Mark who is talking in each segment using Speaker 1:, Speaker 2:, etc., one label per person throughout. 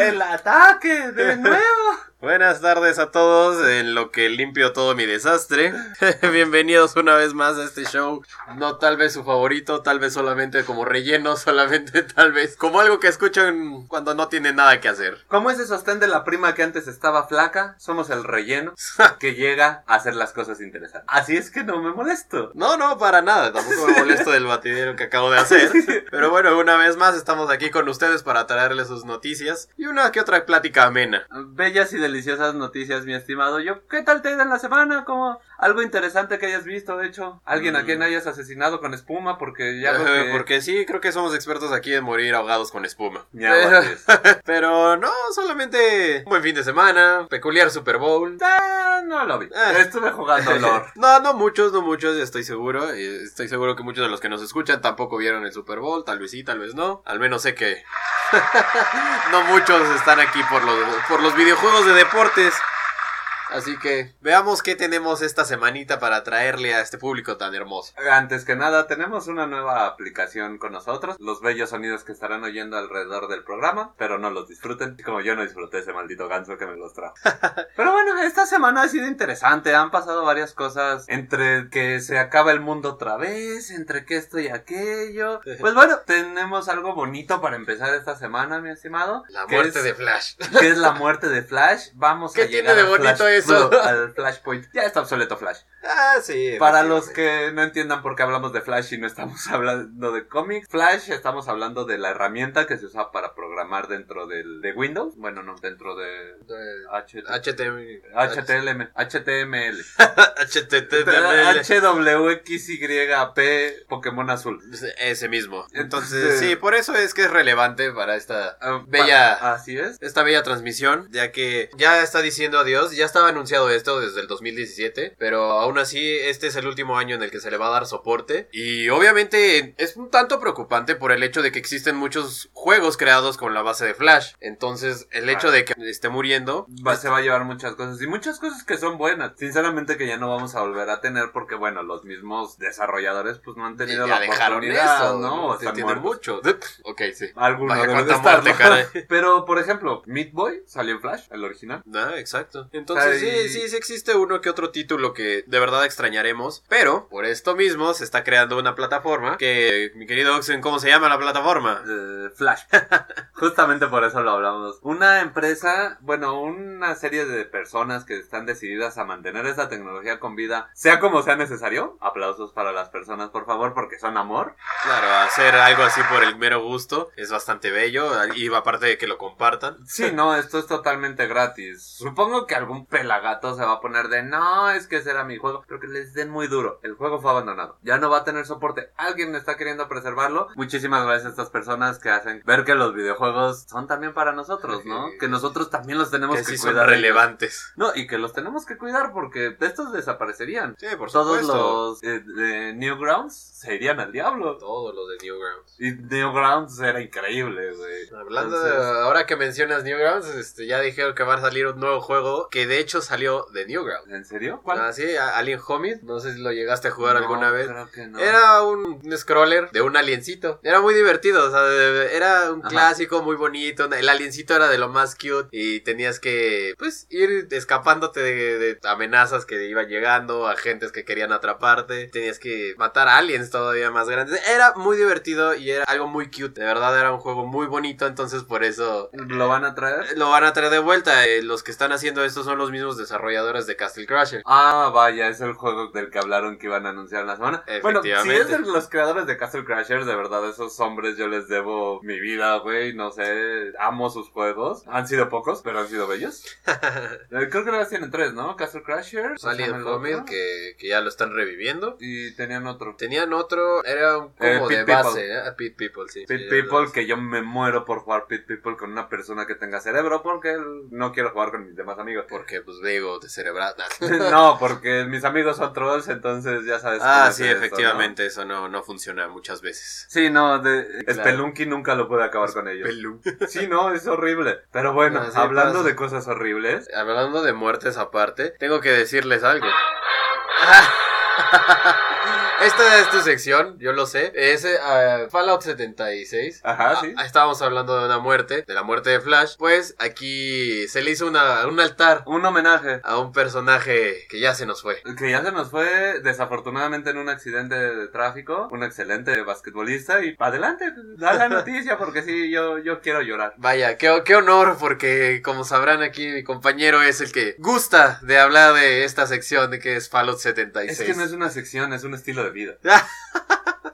Speaker 1: El ataque de nuevo.
Speaker 2: Buenas tardes a todos, en lo que limpio todo mi desastre. Bienvenidos una vez más a este show. No tal vez su favorito, tal vez solamente como relleno, solamente tal vez como algo que escuchan cuando no tienen nada que hacer.
Speaker 1: Como ese sostén de la prima que antes estaba flaca, somos el relleno que llega a hacer las cosas interesantes. Así es que no me molesto.
Speaker 2: No, no, para nada. Tampoco me molesto del batidero que acabo de hacer. Pero bueno, una vez más estamos aquí con ustedes para traerles sus noticias y una que otra plática amena.
Speaker 1: Bellas y deliciosas noticias, mi estimado. Yo, ¿qué tal te ha ido en la semana? Como algo interesante que hayas visto, de hecho, alguien a
Speaker 2: Mm.
Speaker 1: quien hayas asesinado con espuma, porque ya
Speaker 2: Ya
Speaker 1: veo que-
Speaker 2: Porque sí, creo que somos expertos aquí en morir ahogados con espuma.
Speaker 1: Ya, Martes.
Speaker 2: Pero no, solamente un buen fin de semana, peculiar Super Bowl.
Speaker 1: Ah, no lo vi.
Speaker 2: Ah.
Speaker 1: Estuve jugando LOR.
Speaker 2: No, no muchos, no muchos, estoy seguro. Eh, Estoy seguro que muchos de los que nos escuchan tampoco vieron el Super Bowl, tal vez sí, tal vez no. Al menos sé que no muchos están aquí por los, por los videojuegos de deportes. Así que veamos qué tenemos esta semanita para traerle a este público tan hermoso.
Speaker 1: Antes que nada, tenemos una nueva aplicación con nosotros. Los bellos sonidos que estarán oyendo alrededor del programa, pero no los disfruten. Como yo no disfruté ese maldito ganso que me los trajo. pero bueno, esta semana ha sido interesante. Han pasado varias cosas. Entre que se acaba el mundo otra vez, entre que esto y aquello. Pues bueno, tenemos algo bonito para empezar esta semana, mi estimado.
Speaker 2: La
Speaker 1: que
Speaker 2: muerte
Speaker 1: es-
Speaker 2: de Flash.
Speaker 1: que es la muerte de Flash. Vamos
Speaker 2: ¿Qué
Speaker 1: a
Speaker 2: tiene
Speaker 1: llegar
Speaker 2: de
Speaker 1: al
Speaker 2: bonito
Speaker 1: Flash
Speaker 2: eso?
Speaker 1: Blue, al Flashpoint. Ya está obsoleto Flash.
Speaker 2: Ah, sí.
Speaker 1: Para los que no entiendan por qué hablamos de Flash y no estamos hablando de cómics, Flash estamos hablando de la herramienta que se usa para programar dentro del, de Windows. Bueno, no, dentro de
Speaker 2: Eh,
Speaker 1: HTML.
Speaker 2: HTML.
Speaker 1: HTML, HTML,
Speaker 2: HTML.
Speaker 1: HWXYP, Pokémon azul.
Speaker 2: Ese mismo. Entonces,
Speaker 1: Entonces-
Speaker 2: sí, por eso es que es relevante para esta
Speaker 1: Ah,
Speaker 2: Bella.
Speaker 1: pa- Así es.
Speaker 2: esta bella transmisión, ya que ya está diciendo adiós, ya estaba anunciado esto desde el 2017, pero aún así este es el último año en el que se le va a dar soporte y obviamente es un tanto preocupante por el hecho de que existen muchos juegos creados con la base de Flash, entonces el hecho de que esté muriendo
Speaker 1: Va- se va a llevar muchas cosas y muchas cosas que son buenas. Sinceramente que ya no vamos a volver a tener porque bueno, los mismos desarrolladores pues no han tenido
Speaker 2: ya
Speaker 1: la
Speaker 2: dejaron
Speaker 1: oportunidad,
Speaker 2: eso,
Speaker 1: ¿no? O
Speaker 2: Se
Speaker 1: están
Speaker 2: tiene
Speaker 1: muertos.
Speaker 2: mucho. ok, sí.
Speaker 1: Alguno
Speaker 2: Vaya,
Speaker 1: debe
Speaker 2: cuánta
Speaker 1: de estarlo.
Speaker 2: muerte, caray.
Speaker 1: Pero, por ejemplo, Meat Boy salió en Flash, el original.
Speaker 2: Ah, exacto. Entonces
Speaker 1: Ay.
Speaker 2: sí, sí, sí existe uno que otro título que de verdad extrañaremos, pero por esto mismo se está creando una plataforma que, mi querido Oxen, ¿cómo se llama la plataforma?
Speaker 1: Eh, Flash. Justamente por eso lo hablamos. Una empresa, bueno, una serie de personas que están decididas a mantener esta tecnología con vida, sea como sea necesario. Aplausos para las personas, por favor, porque son amor.
Speaker 2: Claro, hacer algo así por el mero gusto es bastante bello y aparte de que lo compartan.
Speaker 1: Sí, no, esto es totalmente gratis. Supongo que algún pelagato se va a poner de no, es que ese era mi juego, pero que les den muy duro. El juego fue abandonado, ya no va a tener soporte. Alguien está queriendo preservarlo. Muchísimas gracias a estas personas que hacen ver que los videojuegos son también para nosotros, ¿no? Que nosotros también los tenemos
Speaker 2: Que
Speaker 1: que,
Speaker 2: sí son
Speaker 1: cuidar.
Speaker 2: relevantes.
Speaker 1: No, y que los tenemos que cuidar porque de estos desaparecerían.
Speaker 2: Sí, por
Speaker 1: Todos
Speaker 2: supuesto.
Speaker 1: los eh, de Newgrounds se irían al diablo.
Speaker 2: Todos los de Newgrounds.
Speaker 1: Y Newgrounds era increíble, güey.
Speaker 2: Hablando de-
Speaker 1: Entonces-
Speaker 2: ahora que mencionas Newgrounds, este, ya dijeron que va a salir un nuevo juego que de hecho salió de Newgrounds.
Speaker 1: ¿En serio? ¿Cuál?
Speaker 2: Ah, sí, a- Alien Homid, no sé si lo llegaste a jugar
Speaker 1: No,
Speaker 2: alguna vez.
Speaker 1: creo que no.
Speaker 2: Era un un scroller de un aliencito. Era muy divertido, o sea, de- de- era un
Speaker 1: Ajá.
Speaker 2: clásico muy bonito. El aliencito era de lo más cute y tenías que, pues, ir escapándote de, de amenazas que iban llegando, agentes que querían atraparte. Tenías que matar a aliens todavía más grandes. Era muy divertido y era algo muy cute. De verdad, era un juego muy bonito, entonces por eso
Speaker 1: ¿Lo van a traer?
Speaker 2: lo van a traer de vuelta. Eh, los que están haciendo esto son los mismos desarrolladores de Castle Crusher.
Speaker 1: Ah, vaya, es el juego del que hablaron que iban a anunciar en la semana. Bueno, si
Speaker 2: Efectivamente.
Speaker 1: es de los creadores de Castle Crashers, de verdad, esos hombres yo les debo mi vida, güey, no sé, amo sus juegos. Han sido pocos, pero han sido bellos. Eh, Creo que ahora tienen tres, ¿no? Castle Crashers,
Speaker 2: Alien Homid, que, que ya lo están reviviendo.
Speaker 1: Y tenían otro.
Speaker 2: Tenían otro, era un
Speaker 1: Eh,
Speaker 2: como
Speaker 1: Pit
Speaker 2: de
Speaker 1: People.
Speaker 2: base, ¿eh? Pit People, sí.
Speaker 1: Pit
Speaker 2: Sí,
Speaker 1: People,
Speaker 2: los-
Speaker 1: que yo me muero por jugar Pit People con una persona que tenga cerebro porque no quiero jugar con mis demás amigos.
Speaker 2: Porque, pues, digo, de cerebral.
Speaker 1: no, porque mis amigos son trolls, entonces ya sabes.
Speaker 2: ah,
Speaker 1: cómo
Speaker 2: sí,
Speaker 1: es eso, ¿no?
Speaker 2: efectivamente, eso no, no funciona muchas veces.
Speaker 1: Sí, no, de,
Speaker 2: Claro.
Speaker 1: Spelunky nunca lo puede acabar con ellos.
Speaker 2: Pelú.
Speaker 1: Sí, no, es horrible. Pero bueno,
Speaker 2: No, sí
Speaker 1: hablando
Speaker 2: pasa.
Speaker 1: de cosas horribles.
Speaker 2: Hablando de muertes aparte, tengo que decirles algo. Esta es tu sección, yo lo sé. Es eh, Fallout 76.
Speaker 1: Ajá, sí.
Speaker 2: Ah, estábamos hablando de una muerte, de la muerte de Flash. Pues aquí se le hizo una, un altar
Speaker 1: Un homenaje.
Speaker 2: a un personaje que ya se nos fue.
Speaker 1: Que ya se nos fue desafortunadamente en un accidente de tráfico. Un excelente basquetbolista. Y pa' adelante, da la noticia porque sí, yo, yo quiero llorar.
Speaker 2: Vaya, qué, qué honor, porque como sabrán aquí, mi compañero es el que gusta de hablar de esta sección de que es Fallout 76.
Speaker 1: Es que no es una sección, es un estilo de vida.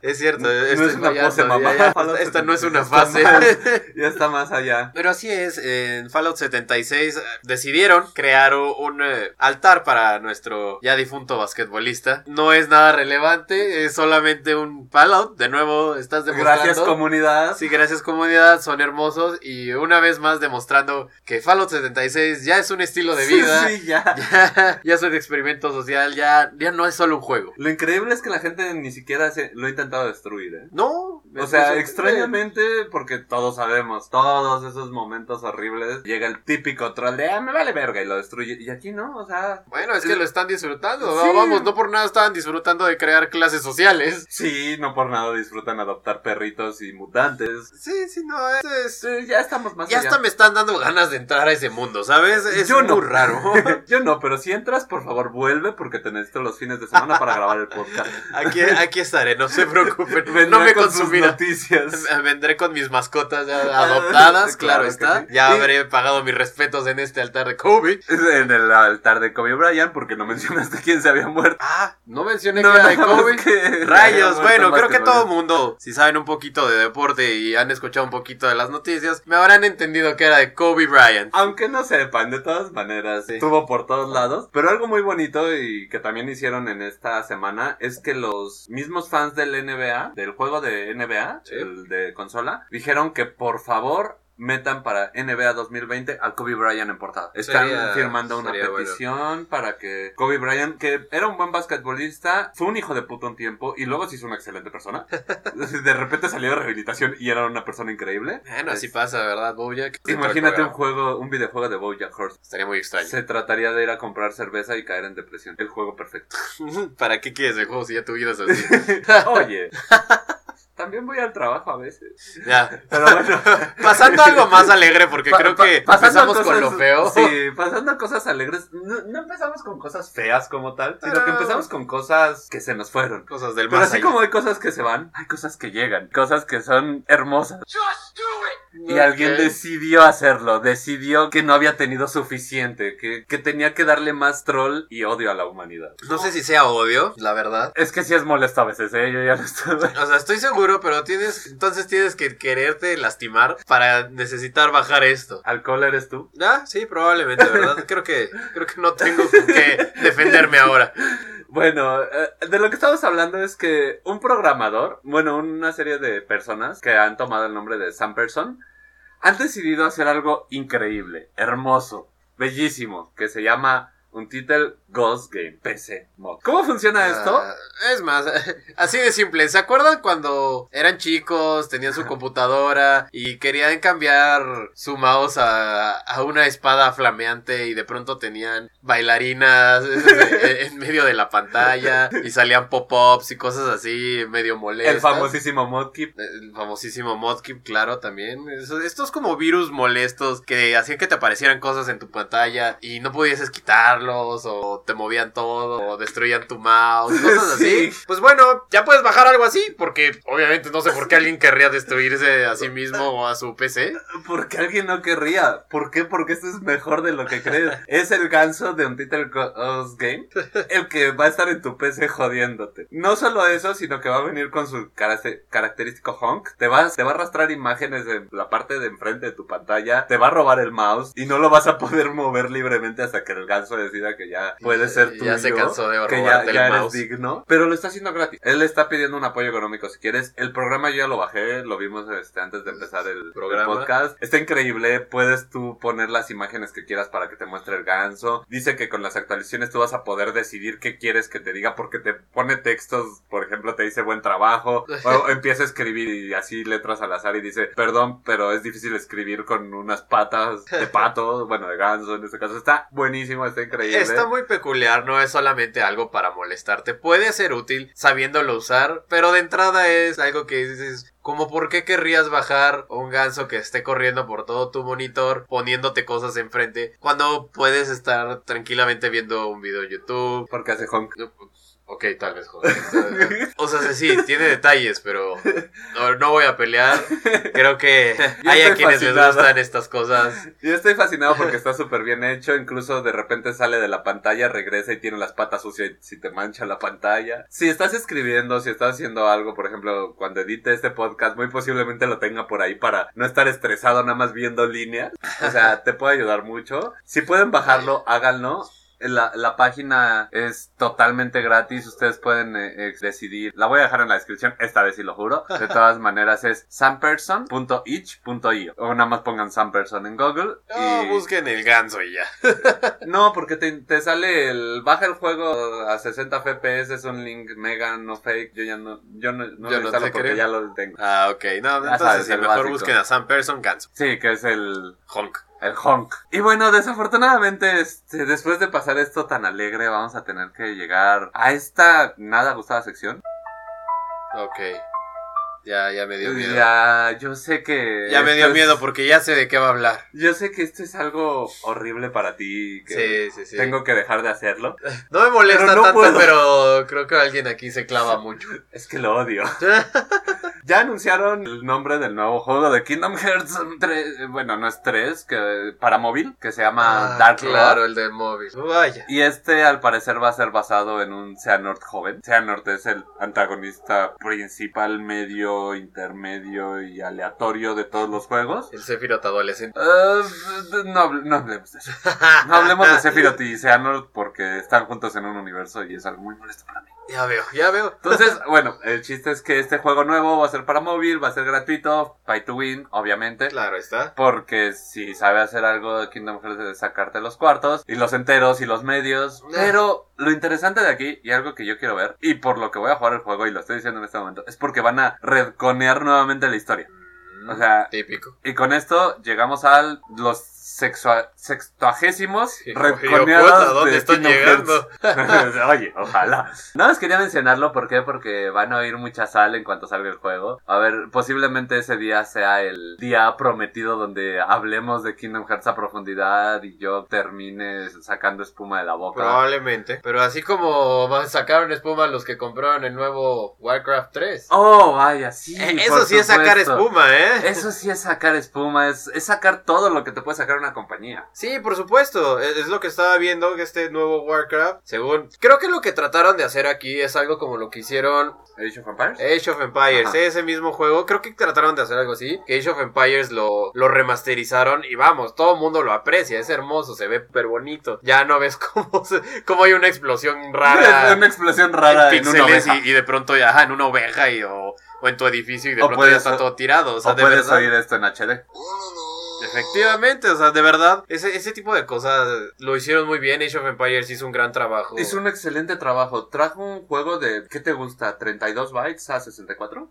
Speaker 2: Es cierto,
Speaker 1: No- no
Speaker 2: estoy
Speaker 1: es una
Speaker 2: fallando,
Speaker 1: pose, mamá.
Speaker 2: ya, ya,
Speaker 1: Fallout
Speaker 2: esta, esta no es una
Speaker 1: 76
Speaker 2: fase.
Speaker 1: está Ya está más allá.
Speaker 2: Pero así es, en Fallout 76 eh, decidieron crear u- un eh, altar para nuestro ya difunto basquetbolista. No es nada relevante, es solamente un Fallout. De nuevo, estás demostrando.
Speaker 1: Gracias comunidad.
Speaker 2: Sí, gracias comunidad, son hermosos y una vez más demostrando que Fallout 76 ya es un estilo de vida,
Speaker 1: Sí, ya.
Speaker 2: Ya, ya es un experimento social, ya, ya no es solo un juego.
Speaker 1: Lo increíble es que la gente ni siquiera se- lo ha intentado destruir, ¿eh?
Speaker 2: No,
Speaker 1: O sea,
Speaker 2: es-
Speaker 1: extrañamente, porque todos sabemos, todos esos momentos horribles, llega el típico troll de, ah, me vale verga, y lo destruye. Y aquí no, o sea,
Speaker 2: Bueno, es que lo están disfrutando.
Speaker 1: Sí.
Speaker 2: ¿no? Vamos, no por nada estaban disfrutando de crear clases sociales.
Speaker 1: sí, no por nada disfrutan adoptar perritos y mutantes.
Speaker 2: Sí, sí, no, es.
Speaker 1: Sí, ya estamos más
Speaker 2: ya
Speaker 1: allá.
Speaker 2: hasta me están dando ganas de entrar a ese mundo, ¿sabes? Es
Speaker 1: Yo
Speaker 2: muy
Speaker 1: no.
Speaker 2: raro.
Speaker 1: Yo no, pero si entras, por favor, vuelve, porque te necesito los fines de semana para grabar el podcast.
Speaker 2: Aquí, aquí estaré, no se preocupen. no
Speaker 1: Vendré
Speaker 2: me
Speaker 1: con sus
Speaker 2: consumirá.
Speaker 1: noticias.
Speaker 2: Vendré con mis mascotas ya
Speaker 1: Claro
Speaker 2: adoptadas, claro,
Speaker 1: que
Speaker 2: está.
Speaker 1: sí.
Speaker 2: Ya
Speaker 1: Y-
Speaker 2: habré pagado mis respetos en este altar de Kobe.
Speaker 1: En el altar de Kobe Bryant, porque no mencionaste quién se había muerto.
Speaker 2: Ah, no mencioné
Speaker 1: No,
Speaker 2: que era de
Speaker 1: nada más
Speaker 2: Kobe.
Speaker 1: que-
Speaker 2: Rayos, bueno, creo que todo
Speaker 1: basquetbolista.
Speaker 2: mundo, si saben un poquito de deporte y han escuchado un poquito de las noticias, me habrán entendido que era de Kobe Bryant.
Speaker 1: Aunque no sepan, de todas maneras,
Speaker 2: Sí.
Speaker 1: estuvo por todos lados. Pero algo muy bonito y que también hicieron en esta semana es que los mismos fans del NBA, del juego de NBA,
Speaker 2: Sí.
Speaker 1: el de consola, dijeron que por favor metan para NBA 2020 a Kobe Bryant en portada. Están
Speaker 2: Estaría-
Speaker 1: firmando una
Speaker 2: estaría bueno.
Speaker 1: petición para que Kobe Bryant, que era un buen basquetbolista, fue un hijo de puto un tiempo y luego se hizo una excelente persona. de repente salió de rehabilitación y era una persona increíble.
Speaker 2: Bueno, así pasa, ¿verdad, Bojack?
Speaker 1: Imagínate un juego, un videojuego de Bojack Horseman.
Speaker 2: Estaría muy extraño.
Speaker 1: Se trataría de ir a comprar cerveza y caer en depresión. El juego perfecto.
Speaker 2: ¿Para qué quieres el juego si ya tu vida es así?
Speaker 1: Oye. También voy al trabajo a veces.
Speaker 2: ya.
Speaker 1: Pero bueno.
Speaker 2: Pasando a algo más alegre, porque
Speaker 1: pa-
Speaker 2: creo
Speaker 1: pa-
Speaker 2: que
Speaker 1: pasando
Speaker 2: empezamos
Speaker 1: cosas-
Speaker 2: con lo feo.
Speaker 1: Sí, pasando a cosas alegres. No, no empezamos con cosas feas como tal, sino que
Speaker 2: Ah.
Speaker 1: empezamos con cosas que se nos fueron.
Speaker 2: Cosas del
Speaker 1: Pero
Speaker 2: más
Speaker 1: así
Speaker 2: allá.
Speaker 1: como hay cosas que se van, hay cosas que llegan, cosas que son hermosas. Y
Speaker 2: Ok.
Speaker 1: alguien decidió hacerlo, decidió que no había tenido suficiente, que, que tenía que darle más troll y odio a la humanidad.
Speaker 2: No sé si sea odio, la verdad.
Speaker 1: Es que sí es molesto a veces, ¿eh? Yo ya lo estuve.
Speaker 2: O sea, estoy seguro, pero tienes... Entonces tienes que quererte lastimar para necesitar bajar esto.
Speaker 1: ¿Alcohol eres tú?
Speaker 2: Ah, sí, probablemente, ¿verdad? Creo que, creo que no tengo con qué defenderme ahora.
Speaker 1: Bueno, eh, de lo que estamos hablando es que un programador, bueno, una serie de personas que han tomado el nombre de Samperson, han decidido hacer algo increíble, hermoso, bellísimo, que se llama un título Ghost Game PC Mod. ¿Cómo funciona esto?
Speaker 2: Ah, es más, así de simple. ¿Se acuerdan cuando eran chicos, tenían su computadora y querían cambiar su mouse a, a una espada flameante y de pronto tenían bailarinas eh, en medio de la pantalla y salían pop-ups y cosas así medio molestas?
Speaker 1: el famosísimo modkit.
Speaker 2: El famosísimo modkip, claro, también. Eso- Estos como virus molestos que hacían que te aparecieran cosas en tu pantalla y no pudieses quitarlos o te movían todo o destruían tu mouse, cosas
Speaker 1: Sí.
Speaker 2: así. Pues bueno, ya puedes bajar algo así porque obviamente no sé por qué alguien querría destruirse a sí mismo o a su PC.
Speaker 1: ¿Por qué alguien no querría? ¿Por qué? Porque esto es mejor de lo que crees. es el ganso de un título Ghost Game el que va a estar en tu PC jodiéndote. No solo eso, sino que va a venir con su carace- característico honk. Te va, te va a arrastrar imágenes en la parte de enfrente de tu pantalla. Te va a robar el mouse y no lo vas a poder mover libremente hasta que el ganso decida que ya puede ser tuyo.
Speaker 2: Ya se cansó de
Speaker 1: Que ya,
Speaker 2: robarte
Speaker 1: ya
Speaker 2: el
Speaker 1: eres
Speaker 2: mouse.
Speaker 1: digno, pero lo está haciendo gratis. Él le está pidiendo un apoyo económico si quieres. El programa yo ya lo bajé, lo vimos este, antes de empezar el
Speaker 2: Programa.
Speaker 1: el podcast. Está increíble, puedes tú poner las imágenes que quieras para que te muestre el ganso. Dice que con las actualizaciones tú vas a poder decidir qué quieres que te diga porque te pone textos, por ejemplo, te dice buen trabajo, o empieza a escribir y así letras al azar y dice, perdón, pero es difícil escribir con unas patas de pato, bueno, de ganso en este caso. Está buenísimo, está increíble.
Speaker 2: Está muy peculiar, no es solamente algo para molestarte. Puede ser útil sabiéndolo usar, pero de entrada es algo que dices, como por qué querrías bajar un ganso que esté corriendo por todo tu monitor poniéndote cosas enfrente cuando puedes estar tranquilamente viendo un video en YouTube.
Speaker 1: Porque hace honk.
Speaker 2: No, pues, Ok, tal vez, joder. O sea, sí, tiene detalles, pero no, no voy a pelear. Creo que
Speaker 1: Yo
Speaker 2: hay a
Speaker 1: estoy
Speaker 2: quienes les
Speaker 1: fascinado.
Speaker 2: gustan estas cosas.
Speaker 1: Yo estoy fascinado porque está súper bien hecho. Incluso de repente sale de la pantalla, regresa y tiene las patas sucias y si te mancha la pantalla. Si estás escribiendo, si estás haciendo algo, por ejemplo, cuando edite este podcast, muy posiblemente lo tenga por ahí para no estar estresado nada más viendo líneas. O sea, te puede ayudar mucho. Si pueden bajarlo, háganlo. La, la página es totalmente gratis, ustedes pueden eh, eh, decidir. La voy a dejar en la descripción, esta vez sí lo juro. De todas maneras es samperson.itch.io. O nada más pongan samperson en Google.
Speaker 2: No,
Speaker 1: y-
Speaker 2: busquen el ganso y ya.
Speaker 1: no, porque te, te sale el... Baja el juego a 60 FPS, es un link mega, no fake. Yo ya no... Yo no, no
Speaker 2: Yo
Speaker 1: lo
Speaker 2: no
Speaker 1: instalo
Speaker 2: te
Speaker 1: porque
Speaker 2: creo.
Speaker 1: ya lo tengo.
Speaker 2: Ah, ok. No,
Speaker 1: Ya
Speaker 2: entonces
Speaker 1: sabes,
Speaker 2: sí,
Speaker 1: el
Speaker 2: mejor
Speaker 1: básico.
Speaker 2: busquen a Sam Person Ganso.
Speaker 1: Sí, que es el...
Speaker 2: Honk.
Speaker 1: El honk. Y bueno, desafortunadamente, este, después de pasar esto tan alegre, vamos a tener que llegar a esta nada gustada sección.
Speaker 2: Ok. Ya, ya me dio miedo. Ya,
Speaker 1: Ya, yo sé que.
Speaker 2: me
Speaker 1: esto
Speaker 2: dio
Speaker 1: es-
Speaker 2: miedo porque ya sé de qué va a hablar.
Speaker 1: Yo sé que esto es algo horrible para ti. Que
Speaker 2: Sí, sí, sí.
Speaker 1: Tengo que dejar de hacerlo.
Speaker 2: No me molesta
Speaker 1: Pero no
Speaker 2: tanto,
Speaker 1: puedo.
Speaker 2: pero creo que alguien aquí se clava mucho.
Speaker 1: Es que lo odio. Ya anunciaron el nombre del nuevo juego de Kingdom Hearts 3. Bueno, no es 3, que, para móvil, que se llama
Speaker 2: Ah,
Speaker 1: Dark Lord.
Speaker 2: claro, el de móvil. Oh, Vaya.
Speaker 1: Y este al parecer va a ser basado en un Xehanort joven. Xehanort es el antagonista principal, medio, intermedio y aleatorio de todos los juegos.
Speaker 2: El Sephiroth adolescente.
Speaker 1: Eh, no, hable- no hablemos de eso. No hablemos
Speaker 2: Ah,
Speaker 1: de Sephiroth y Xehanort porque están juntos en un universo y es algo muy molesto para mí.
Speaker 2: Ya veo, ya veo.
Speaker 1: Entonces, bueno, el chiste es que este juego nuevo va a ser para móvil, va a ser gratuito, pay to win, obviamente.
Speaker 2: Claro, está.
Speaker 1: Porque si sabe hacer algo de Kingdom Hearts es sacarte los cuartos y los enteros y los medios. Pero lo interesante de aquí y algo que yo quiero ver y por lo que voy a jugar el juego y lo estoy diciendo en este momento es porque van a redconear nuevamente la historia. O sea,
Speaker 2: Mm, típico.
Speaker 1: y con esto llegamos al los sexua- sextuagésimos
Speaker 2: Sí,
Speaker 1: redconeados
Speaker 2: ojo, ¿a dónde
Speaker 1: de
Speaker 2: están
Speaker 1: Kingdom
Speaker 2: llegando?
Speaker 1: Hearts. Oye, ojalá. Nada más quería mencionarlo porque porque van a oír mucha sal en cuanto salga el juego. A ver, posiblemente ese día sea el día prometido donde hablemos de Kingdom Hearts a profundidad y yo termine sacando espuma de la boca.
Speaker 2: Probablemente. Pero así como sacaron espuma los que compraron el nuevo Warcraft 3.
Speaker 1: Oh, vaya, sí.
Speaker 2: Eh,
Speaker 1: por
Speaker 2: Eso sí es sacar
Speaker 1: supuesto.
Speaker 2: espuma, ¿eh?
Speaker 1: Eso sí es sacar espuma, es, es sacar todo lo que te puede sacar una compañía.
Speaker 2: Sí, por supuesto. E, Es es lo que estaba viendo que este nuevo Warcraft, según... Creo que lo que trataron de hacer aquí es algo como lo que hicieron
Speaker 1: Age of Empires.
Speaker 2: Age of Empires,
Speaker 1: Ajá.
Speaker 2: ese mismo juego. Creo que trataron de hacer algo así. Que Age of Empires lo, lo remasterizaron y vamos, todo el mundo lo aprecia. Es hermoso, se ve súper bonito. Ya no ves cómo, se- cómo hay una explosión rara.
Speaker 1: una explosión rara en,
Speaker 2: en
Speaker 1: una
Speaker 2: píxeles
Speaker 1: oveja.
Speaker 2: y, y de pronto, ya, ajá, en una oveja y, o, o en tu edificio y de
Speaker 1: O
Speaker 2: pronto
Speaker 1: puedes-
Speaker 2: ya está todo tirado. O sea,
Speaker 1: o
Speaker 2: de
Speaker 1: puedes
Speaker 2: verdad.
Speaker 1: oír esto en HD.
Speaker 2: Efectivamente, o sea, de verdad, ese, ese tipo de cosas lo hicieron muy bien. Age of Empires hizo un gran trabajo.
Speaker 1: Hizo un excelente trabajo. Trajo un juego de, ¿qué te gusta? ¿32 bytes a 64?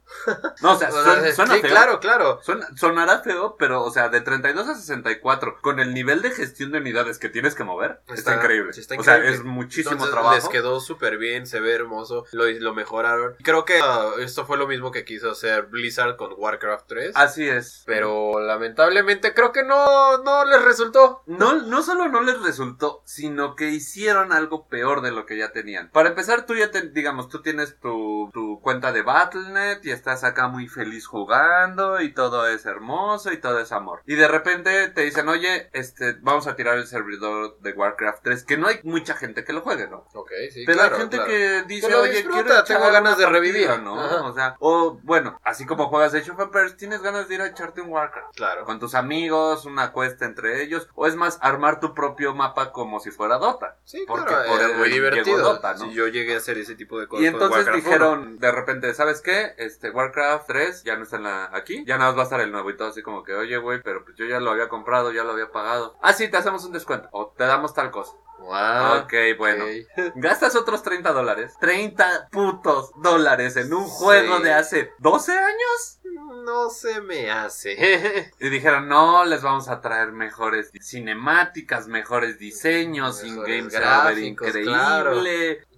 Speaker 1: No, o sea,
Speaker 2: O sea,
Speaker 1: suena,
Speaker 2: sí,
Speaker 1: suena feo.
Speaker 2: claro, claro.
Speaker 1: Suena- sonará feo, pero, o sea, de 32 a 64, con el nivel de gestión de unidades que tienes que mover, está,
Speaker 2: Está-
Speaker 1: increíble.
Speaker 2: sí, está
Speaker 1: O sea,
Speaker 2: increíble.
Speaker 1: es muchísimo
Speaker 2: Entonces,
Speaker 1: trabajo.
Speaker 2: Les quedó súper bien, se ve hermoso, lo, lo mejoraron. Creo que ah, esto fue lo mismo que quiso hacer Blizzard con Warcraft 3.
Speaker 1: Así es.
Speaker 2: Pero lamentablemente creo que no, no les resultó.
Speaker 1: No, no solo no les resultó, sino que hicieron algo peor de lo que ya tenían. Para empezar, tú ya, te- digamos, tú tienes tu, tu cuenta de Battle.net y estás acá muy feliz jugando y todo es hermoso y todo es amor. Y de repente te dicen, oye, este, vamos a tirar el servidor de Warcraft 3, que no hay mucha gente que lo juegue, ¿no?
Speaker 2: Ok, sí,
Speaker 1: Pero
Speaker 2: claro,
Speaker 1: hay gente
Speaker 2: claro.
Speaker 1: que dice,
Speaker 2: Que lo
Speaker 1: oye,
Speaker 2: disfruta,
Speaker 1: quiero
Speaker 2: tengo
Speaker 1: echar
Speaker 2: ganas
Speaker 1: una
Speaker 2: de revivir".
Speaker 1: partida", ¿no?
Speaker 2: Ajá.
Speaker 1: O sea, o bueno, así como juegas Age of Empires, tienes ganas de ir a echarte un Warcraft
Speaker 2: Claro.
Speaker 1: con tus amigos, una cuesta entre ellos, o es más, armar tu propio mapa como si fuera Dota.
Speaker 2: Sí,
Speaker 1: porque
Speaker 2: claro,
Speaker 1: por
Speaker 2: era
Speaker 1: el
Speaker 2: muy
Speaker 1: llegó
Speaker 2: divertido.
Speaker 1: Dota, ¿no?
Speaker 2: Sí, yo llegué a hacer ese tipo de cosas.
Speaker 1: Y
Speaker 2: con
Speaker 1: entonces
Speaker 2: Warcraft uno.
Speaker 1: dijeron de repente, ¿sabes qué? Este Warcraft 3 ya no está en la- aquí, ya nada más va a estar el nuevo y todo así como que, oye, güey, pero pues yo ya lo había comprado, ya lo había pagado. Ah, sí, te hacemos un descuento o te damos tal cosa.
Speaker 2: Wow.
Speaker 1: ok, bueno.
Speaker 2: ok.
Speaker 1: Gastas otros 30 dólares. 30 putos dólares en un juego
Speaker 2: Sí.
Speaker 1: de hace 12 años.
Speaker 2: No se me hace.
Speaker 1: Y dijeron, no, les vamos a traer mejores cinemáticas, mejores diseños,
Speaker 2: Mejores
Speaker 1: in-game se va a ver
Speaker 2: gráficos,
Speaker 1: increíble.
Speaker 2: claro.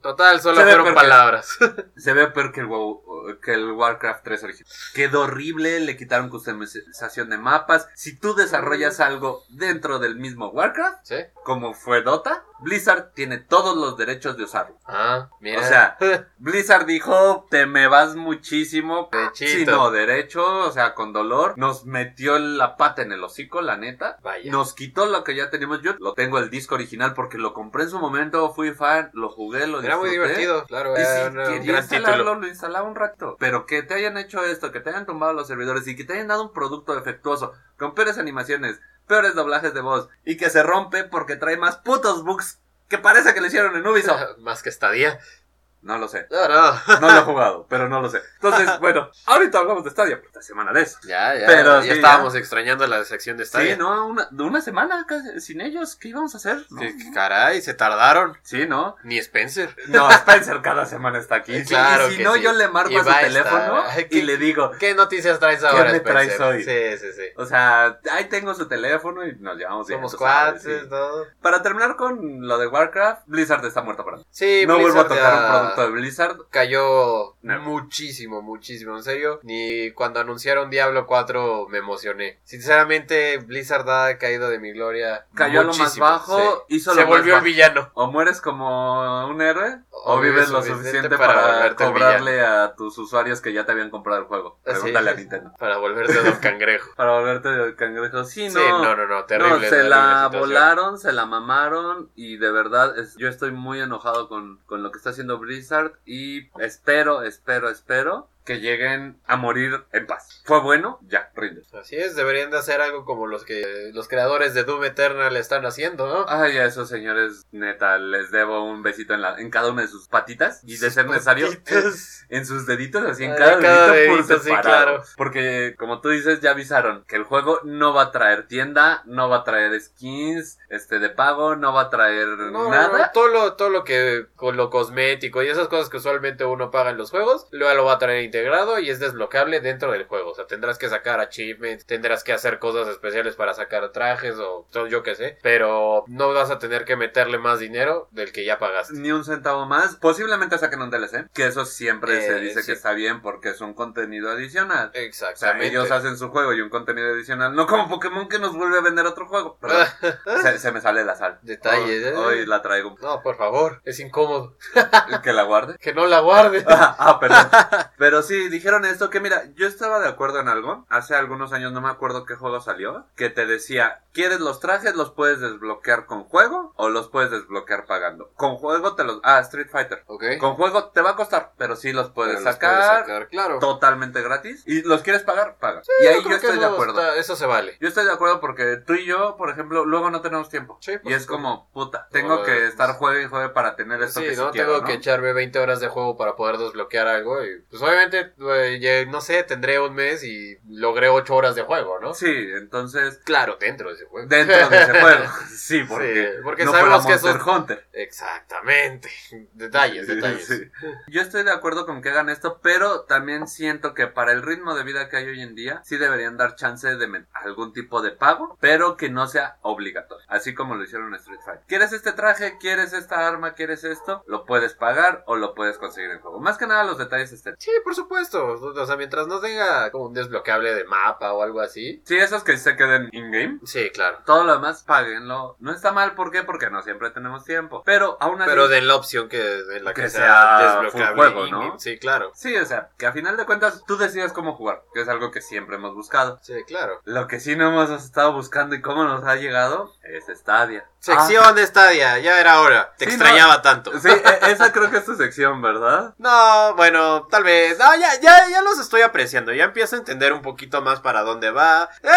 Speaker 2: Total, solo
Speaker 1: Se ve
Speaker 2: fueron
Speaker 1: porque-
Speaker 2: palabras.
Speaker 1: Se ve peor que el, WoW- que el Warcraft 3 original. Quedó horrible, le quitaron customización de mapas. Si tú desarrollas algo dentro del mismo Warcraft,
Speaker 2: ¿Sí?
Speaker 1: como fue Dota, Blizzard tiene todos los derechos de usarlo.
Speaker 2: Ah, mira.
Speaker 1: O sea, Blizzard dijo, te me vas muchísimo,
Speaker 2: Pechito.
Speaker 1: sino derecho, o sea, con dolor. Nos metió la pata en el hocico, la neta.
Speaker 2: Vaya.
Speaker 1: Nos quitó lo que ya teníamos. Yo lo tengo el disco original porque lo compré en su momento, fui fan, lo jugué, lo
Speaker 2: Era muy
Speaker 1: disfruté.
Speaker 2: divertido, claro.
Speaker 1: Y
Speaker 2: Era
Speaker 1: si
Speaker 2: un, un
Speaker 1: quería
Speaker 2: gran
Speaker 1: instalarlo,
Speaker 2: título.
Speaker 1: lo instalaba un rato. Pero que te hayan hecho esto, que te hayan tumbado los servidores y que te hayan dado un producto defectuoso, con peores animaciones, peores doblajes de voz, y que se rompe porque trae más putos bugs que parece que le hicieron en Ubisoft.
Speaker 2: Más que estadía.
Speaker 1: No lo sé.
Speaker 2: No, no.
Speaker 1: No lo he jugado, pero no lo sé. Entonces, bueno, ahorita hablamos de Stadia, esta semana de eso.
Speaker 2: Ya, ya.
Speaker 1: Pero
Speaker 2: ya
Speaker 1: sí,
Speaker 2: estábamos extrañando la sección de
Speaker 1: Sí,
Speaker 2: Stadia.
Speaker 1: ¿no? Una, de una semana casi sin ellos, ¿qué íbamos a hacer? No.
Speaker 2: Que- que Caray, se tardaron.
Speaker 1: Sí, ¿no?
Speaker 2: Ni Spencer.
Speaker 1: No, Spencer cada semana está aquí.
Speaker 2: Eh,
Speaker 1: Sí,
Speaker 2: claro
Speaker 1: y si
Speaker 2: que
Speaker 1: no,
Speaker 2: sí.
Speaker 1: yo le marco
Speaker 2: Y
Speaker 1: a su
Speaker 2: va a
Speaker 1: teléfono
Speaker 2: estar.
Speaker 1: y le digo,
Speaker 2: ¿Qué noticias traes ahora,
Speaker 1: me traes
Speaker 2: Spencer?
Speaker 1: hoy?
Speaker 2: Sí, sí, sí.
Speaker 1: O sea, ahí tengo su teléfono y nos llevamos bien.
Speaker 2: Somos
Speaker 1: tú sabes,
Speaker 2: cuates,
Speaker 1: sí.
Speaker 2: ¿no?
Speaker 1: Para terminar con lo de Warcraft, Blizzard está muerta para mí.
Speaker 2: Sí,
Speaker 1: no vuelvo a tocar un producto
Speaker 2: Blizzard ya
Speaker 1: de Blizzard.
Speaker 2: Cayó
Speaker 1: No.
Speaker 2: muchísimo, muchísimo, en serio. Ni cuando anunciaron Diablo 4 me emocioné. Sinceramente, Blizzard ha caído de mi gloria.
Speaker 1: Cayó a lo más
Speaker 2: muchísimo,
Speaker 1: bajo,
Speaker 2: sí.
Speaker 1: hizo lo
Speaker 2: Se
Speaker 1: más
Speaker 2: volvió el
Speaker 1: bajo.
Speaker 2: villano.
Speaker 1: O mueres como un héroe, o,
Speaker 2: O
Speaker 1: vives
Speaker 2: vives
Speaker 1: lo
Speaker 2: suficiente
Speaker 1: suficiente
Speaker 2: para
Speaker 1: para,
Speaker 2: volverte el
Speaker 1: cobrarle a tus usuarios que ya te habían comprado el juego.
Speaker 2: Así
Speaker 1: Pregúntale
Speaker 2: es.
Speaker 1: a Nintendo.
Speaker 2: Para volverte Don Cangrejo.
Speaker 1: Para volverte el cangrejo. Sí,
Speaker 2: Sí,
Speaker 1: no.
Speaker 2: no, no, no, terrible.
Speaker 1: no, se
Speaker 2: terrible
Speaker 1: la
Speaker 2: situación.
Speaker 1: volaron, se la mamaron y de verdad es- yo estoy muy enojado con, con lo que está haciendo Blizzard y espero, espero, espero que lleguen a morir en paz. Fue bueno, ya, rinde.
Speaker 2: Así es, deberían de hacer algo como los que los creadores de Doom Eternal están haciendo, ¿no?
Speaker 1: Ay, a esos señores, neta, les debo un besito en, la, en cada una de sus patitas y de ser
Speaker 2: Sus
Speaker 1: necesario en,
Speaker 2: patitas.
Speaker 1: en sus deditos, así en
Speaker 2: Ah,
Speaker 1: cada,
Speaker 2: en cada
Speaker 1: dedito, por
Speaker 2: dedito, sí,
Speaker 1: separado.
Speaker 2: claro.
Speaker 1: Porque, como tú dices, ya avisaron que el juego no va a traer tienda, no va a traer skins este de pago, no va a traer
Speaker 2: No,
Speaker 1: nada.
Speaker 2: no, todo lo, todo lo que con lo cosmético y esas cosas que usualmente uno paga en los juegos, luego lo va a traer integrado y es desbloqueable dentro del juego. O sea, tendrás que sacar achievements, tendrás que hacer cosas especiales para sacar trajes o todo yo qué sé, pero no vas a tener que meterle más dinero del que ya pagaste.
Speaker 1: ni un centavo más. Posiblemente saquen un DLC, que eso siempre se
Speaker 2: Eh,
Speaker 1: dice
Speaker 2: sí.
Speaker 1: que está bien porque es un contenido adicional. O sea,
Speaker 2: Exactamente.
Speaker 1: ellos hacen su juego y un contenido adicional. No como Pokémon que nos vuelve a vender otro juego. Perdón, se, se me sale la sal.
Speaker 2: Ah. Detalles,
Speaker 1: Hoy,
Speaker 2: eh.
Speaker 1: hoy la traigo.
Speaker 2: No, por favor, es incómodo.
Speaker 1: Que la guarde.
Speaker 2: Que no la guarde.
Speaker 1: ah, perdón. Pero sí, dijeron esto que mira, yo estaba de acuerdo en algo. Hace algunos años, no me acuerdo qué juego salió, que te decía, ¿quieres los trajes? ¿Los puedes desbloquear con juego o los puedes desbloquear pagando? Con juego te los... Ah, Street Fighter.
Speaker 2: Ok.
Speaker 1: Con juego te va a costar, pero sí los puedes,
Speaker 2: Pero los
Speaker 1: sacar,
Speaker 2: claro.
Speaker 1: totalmente gratis. Y los quieres pagar, paga. y
Speaker 2: Yo
Speaker 1: ahí
Speaker 2: creo
Speaker 1: yo
Speaker 2: que
Speaker 1: estoy de
Speaker 2: eso
Speaker 1: acuerdo.
Speaker 2: está- eso se vale.
Speaker 1: Yo estoy de acuerdo porque tú y yo, por ejemplo, luego no tenemos tiempo.
Speaker 2: Sí, por
Speaker 1: y es
Speaker 2: supuesto.
Speaker 1: como, puta, tengo
Speaker 2: Ahora,
Speaker 1: que
Speaker 2: pues,
Speaker 1: estar juegue y juegue para tener esto
Speaker 2: Sí,
Speaker 1: que sí
Speaker 2: ¿no?
Speaker 1: quiero,
Speaker 2: Tengo
Speaker 1: ¿no?
Speaker 2: que echarme 20 horas de juego para poder desbloquear algo y pues obviamente, eh, ya, no sé, tendré un mes y logré 8 horas de juego, ¿no?
Speaker 1: Sí, entonces,
Speaker 2: Claro, dentro de ese juego.
Speaker 1: dentro de ese juego. Sí,
Speaker 2: Sí,
Speaker 1: porque...
Speaker 2: porque
Speaker 1: no
Speaker 2: sabemos
Speaker 1: fuera
Speaker 2: que
Speaker 1: Monster
Speaker 2: esos...
Speaker 1: Hunter.
Speaker 2: Exactamente. Detalles,
Speaker 1: Sí,
Speaker 2: detalles.
Speaker 1: sí. Yo estoy de acuerdo con que hagan esto, pero también siento que para el ritmo de vida que hay hoy en día, sí deberían dar chance de men- algún tipo de pago, pero que no sea obligatorio. Así como lo hicieron en Street Fighter. ¿Quieres este traje? ¿Quieres esta arma? ¿Quieres esto? Lo puedes pagar o lo puedes conseguir en juego. Más que nada los detalles estéticos.
Speaker 2: Sí, por supuesto. O sea, mientras no tenga como un desbloqueable de mapa o algo así.
Speaker 1: Sí, esos que se queden in-game.
Speaker 2: Sí, claro.
Speaker 1: Todo lo demás, páguenlo. No está mal, ¿por qué? Porque no siempre tenemos tiempo. Pero aún así...
Speaker 2: Pero den la opción que, en la que,
Speaker 1: Que
Speaker 2: sea,
Speaker 1: sea
Speaker 2: desbloqueable.
Speaker 1: full juego,
Speaker 2: in-game.
Speaker 1: ¿no?
Speaker 2: Sí, claro.
Speaker 1: Sí, o sea, que a final de cuentas tú decides cómo jugar, que es algo que siempre hemos buscado.
Speaker 2: Sí, claro.
Speaker 1: Lo que sí no hemos estado buscando y cómo nos ha llegado es Stadia.
Speaker 2: Sección de Stadia, ya era hora. Te
Speaker 1: Ah. Sí,
Speaker 2: extrañaba tanto.
Speaker 1: Ah, sí, e- esa creo que es tu sección, ¿verdad?
Speaker 2: No, bueno, tal vez. No, ya, ya, ya los estoy apreciando. Ya empiezo a entender un poquito más para dónde va. Eh,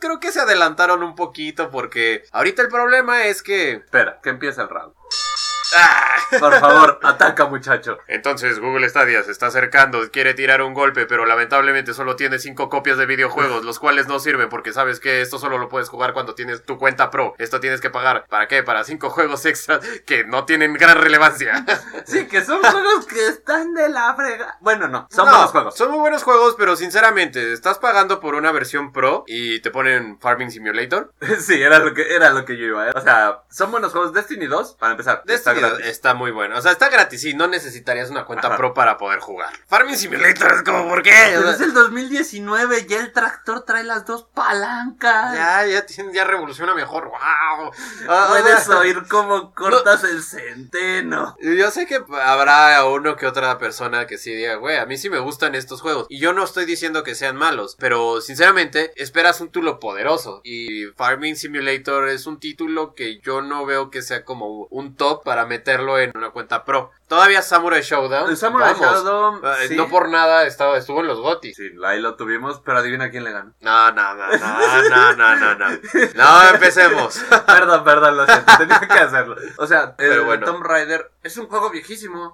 Speaker 2: creo que se adelantaron un poquito porque ahorita el problema es que
Speaker 1: Espera, que empieza el round.
Speaker 2: ¡Ah!
Speaker 1: Por favor, ataca, muchacho.
Speaker 2: Entonces Google Stadia se está acercando, quiere tirar un golpe, pero lamentablemente solo tiene 5 copias de videojuegos, los cuales no sirven porque sabes que esto solo lo puedes jugar cuando tienes tu cuenta pro. Esto tienes que pagar. ¿Para qué? Para 5 juegos extras que no tienen gran relevancia.
Speaker 1: Sí, que son juegos que están de la frega. Bueno, no, son
Speaker 2: No,
Speaker 1: buenos juegos.
Speaker 2: Son muy buenos juegos, pero sinceramente, estás pagando por una versión pro y te ponen Farming Simulator.
Speaker 1: Sí, era lo que, era lo que yo iba, ¿eh? O sea, son buenos juegos. Destiny Eh, 2, para empezar.
Speaker 2: Está,
Speaker 1: está gratis.
Speaker 2: está muy bueno. O sea, está gratis y no necesitarías una cuenta
Speaker 1: este Ajá.
Speaker 2: pro para poder jugar. Farming Simulator es como, ¿por qué? O
Speaker 1: Pero
Speaker 2: sea,
Speaker 1: es el 2019, ya el tractor trae las dos palancas.
Speaker 2: Ya, ya, tiene- ya revoluciona mejor. ¡Wow!
Speaker 1: Puedes
Speaker 2: Ah,
Speaker 1: oír cómo cortas el centeno.
Speaker 2: Yo sé que habrá uno que otra persona que sí diga, güey, a mí sí me gustan estos juegos. Y yo no estoy diciendo que sean malos, pero sinceramente esperas un título poderoso. Y Farming Simulator es un título que yo no veo que sea como un top para meterlo en una cuenta pro. Todavía Samurai Showdown.
Speaker 1: El Samurai
Speaker 2: vamos.
Speaker 1: Shodown,
Speaker 2: Ah,
Speaker 1: sí.
Speaker 2: No por nada estaba, estuvo en los GOTY.
Speaker 1: Sí, ahí lo tuvimos, pero adivina quién le ganó.
Speaker 2: No, no, no, no, no, no, no, no. No empecemos.
Speaker 1: perdón, perdón, lo siento, tenía que hacerlo. O sea,
Speaker 2: Pero
Speaker 1: el
Speaker 2: bueno.
Speaker 1: Tomb Raider es un juego viejísimo.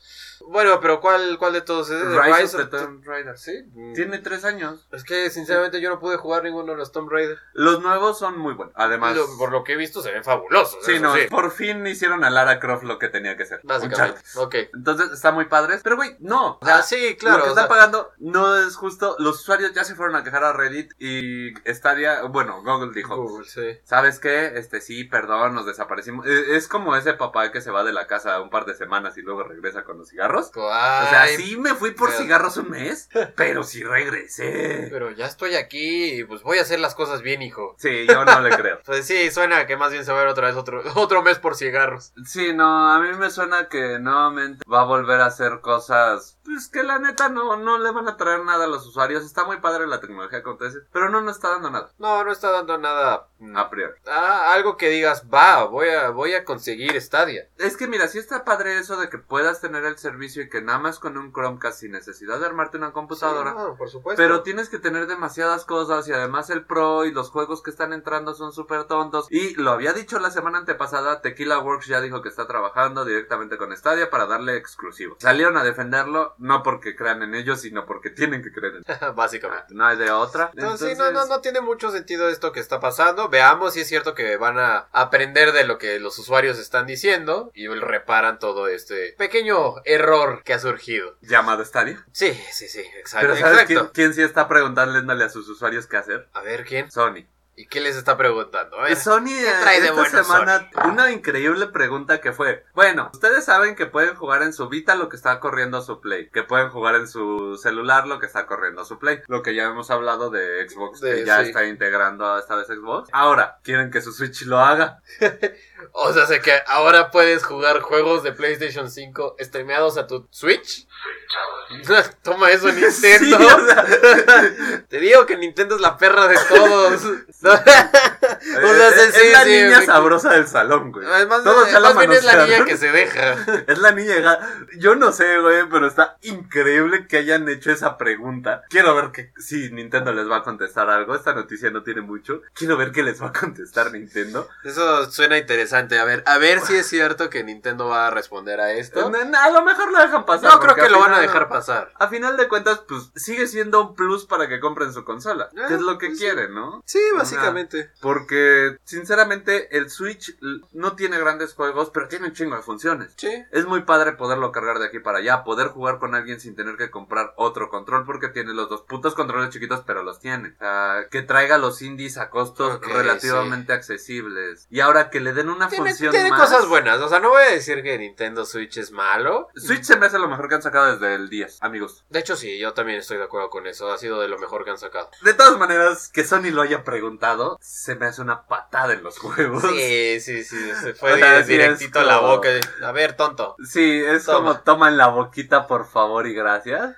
Speaker 2: Bueno, pero ¿cuál, cuál de todos es?
Speaker 1: Rise, of the
Speaker 2: Tomb-
Speaker 1: Tomb Raider.
Speaker 2: Sí.
Speaker 1: Tiene tres años.
Speaker 2: Es que sinceramente yo no pude jugar ninguno de los Tomb Raider.
Speaker 1: Los nuevos son muy buenos. Además,
Speaker 2: Lo- por lo que he visto se ven fabulosos.
Speaker 1: sí,
Speaker 2: eso
Speaker 1: no,
Speaker 2: sí.
Speaker 1: por fin hicieron a Lara Croft lo que tenía que ser.
Speaker 2: Básicamente. Ok.
Speaker 1: Entonces está muy padres, pero güey, no. O sea,
Speaker 2: Ah,
Speaker 1: Claro,
Speaker 2: sí, claro.
Speaker 1: lo que
Speaker 2: o
Speaker 1: están
Speaker 2: sea,
Speaker 1: pagando no es justo. Los usuarios ya se fueron a quejar a Reddit y Stadia, bueno, Google dijo,
Speaker 2: Google, sí.
Speaker 1: ¿sabes qué? Este sí, perdón, nos desaparecimos. Eh, Es como ese papá que se va de la casa un par de semanas y luego regresa con los cigarros. O sea,
Speaker 2: Ay,
Speaker 1: sí me fui por
Speaker 2: pero-
Speaker 1: cigarros un mes, pero sí regresé.
Speaker 2: Pero ya estoy aquí y pues voy a hacer las cosas bien, hijo.
Speaker 1: Sí, yo no le creo.
Speaker 2: Pues sí, suena que más bien se va a ver otra vez otro, otro mes por cigarros.
Speaker 1: Sí, no, a mí me suena que nuevamente va a volver a hacer cosas, pues que la neta no, no le van a traer nada a los usuarios. Está muy padre la tecnología que acontece, pero no nos está dando nada,
Speaker 2: No, no está dando nada. mm,
Speaker 1: a priori.
Speaker 2: ah, algo que digas, va, voy a, voy a conseguir Stadia.
Speaker 1: Es que mira, sí está padre eso de que puedas tener el servicio y que nada más con un Chromecast sin necesidad de armarte una computadora.
Speaker 2: No, por supuesto.
Speaker 1: Pues Pero tienes que tener demasiadas cosas y además el pro y los juegos que están entrando son súper tontos. Y lo había dicho la semana antepasada, Tequila Works ya dijo que está trabajando directamente con Stadia para darle exclusivo. Salieron a defenderlo no porque crean en ellos, sino porque tienen que creer en ellos.
Speaker 2: Básicamente.
Speaker 1: No hay de otra.
Speaker 2: Entonces,
Speaker 1: Entonces,
Speaker 2: sí, no, no, no tiene mucho sentido esto que está pasando. Veamos si es cierto que van a aprender de lo que los usuarios están diciendo y reparan todo este pequeño error que ha surgido.
Speaker 1: Llamado Stadia.
Speaker 2: Sí, sí, sí, exacto.
Speaker 1: Pero ¿sabes quién,
Speaker 2: exacto.
Speaker 1: quién sí está preguntándole a sus usuarios qué hacer?
Speaker 2: A ver quién
Speaker 1: Sony.
Speaker 2: y qué les está preguntando. A ver.
Speaker 1: Sony eh,
Speaker 2: trae de
Speaker 1: esta
Speaker 2: bueno Ah.
Speaker 1: semana una increíble pregunta que fue, bueno, ustedes saben que pueden jugar en su Vita lo que está corriendo su Play, que pueden jugar en su celular lo que está corriendo su Play, lo que ya hemos hablado de Xbox
Speaker 2: De-
Speaker 1: que ya
Speaker 2: sí.
Speaker 1: está integrando a esta vez Xbox. Ahora, quieren que su Switch lo haga.
Speaker 2: O sea, sé que ahora puedes jugar juegos de PlayStation 5 streameados a tu Switch. Toma eso, Nintendo.
Speaker 1: Sí, o sea,
Speaker 2: Te digo que Nintendo es la perra de todos. sea, sí,
Speaker 1: es,
Speaker 2: sí,
Speaker 1: la
Speaker 2: sí,
Speaker 1: niña
Speaker 2: me-
Speaker 1: sabrosa del salón, güey.
Speaker 2: Además, eh,
Speaker 1: Todos ya la
Speaker 2: más bien es la
Speaker 1: manosearon.
Speaker 2: niña que se deja.
Speaker 1: Es la niña. ga- Yo no sé, güey, pero está increíble que hayan hecho esa pregunta. Quiero ver que si Nintendo les va a contestar algo. Esta noticia no tiene mucho. Quiero ver qué les va a contestar Nintendo.
Speaker 2: Eso suena interesante. A ver, a ver si es cierto que Nintendo va a responder a esto.
Speaker 1: N- n- A lo mejor lo dejan pasar.
Speaker 2: No creo
Speaker 1: porque
Speaker 2: que lo van a
Speaker 1: final-
Speaker 2: dejar pasar.
Speaker 1: A final de cuentas, pues sigue siendo un plus para que compren su consola.
Speaker 2: Ah,
Speaker 1: que es lo que
Speaker 2: pues sí.
Speaker 1: quieren, ¿no?
Speaker 2: Sí,
Speaker 1: básicamente. Porque, sinceramente, el Switch l- no tiene grandes juegos, pero tiene un chingo de funciones.
Speaker 2: Sí.
Speaker 1: Es muy padre poderlo cargar de aquí para allá, poder jugar con alguien sin tener que comprar otro control porque tiene los dos putos controles chiquitos, pero los tiene. O sea, que traiga los indies a costos
Speaker 2: Ok,
Speaker 1: relativamente accesibles. Y ahora que le den una
Speaker 2: Tiene,
Speaker 1: función
Speaker 2: tiene
Speaker 1: más.
Speaker 2: cosas buenas. O sea, no voy a decir que Nintendo Switch es malo.
Speaker 1: Switch se me hace lo mejor que han sacado desde el 10, amigos.
Speaker 2: De hecho, sí, yo también estoy de acuerdo con eso. Ha sido de lo mejor que han sacado.
Speaker 1: De todas maneras, que Sony lo haya preguntado, se me hace una patada en los juegos.
Speaker 2: Sí, sí, sí. Se fue
Speaker 1: O sea,
Speaker 2: di-
Speaker 1: sí,
Speaker 2: directito
Speaker 1: es
Speaker 2: a la
Speaker 1: como-
Speaker 2: boca. A ver, tonto.
Speaker 1: Sí, es
Speaker 2: Toma.
Speaker 1: como toman la boquita, por favor y gracias.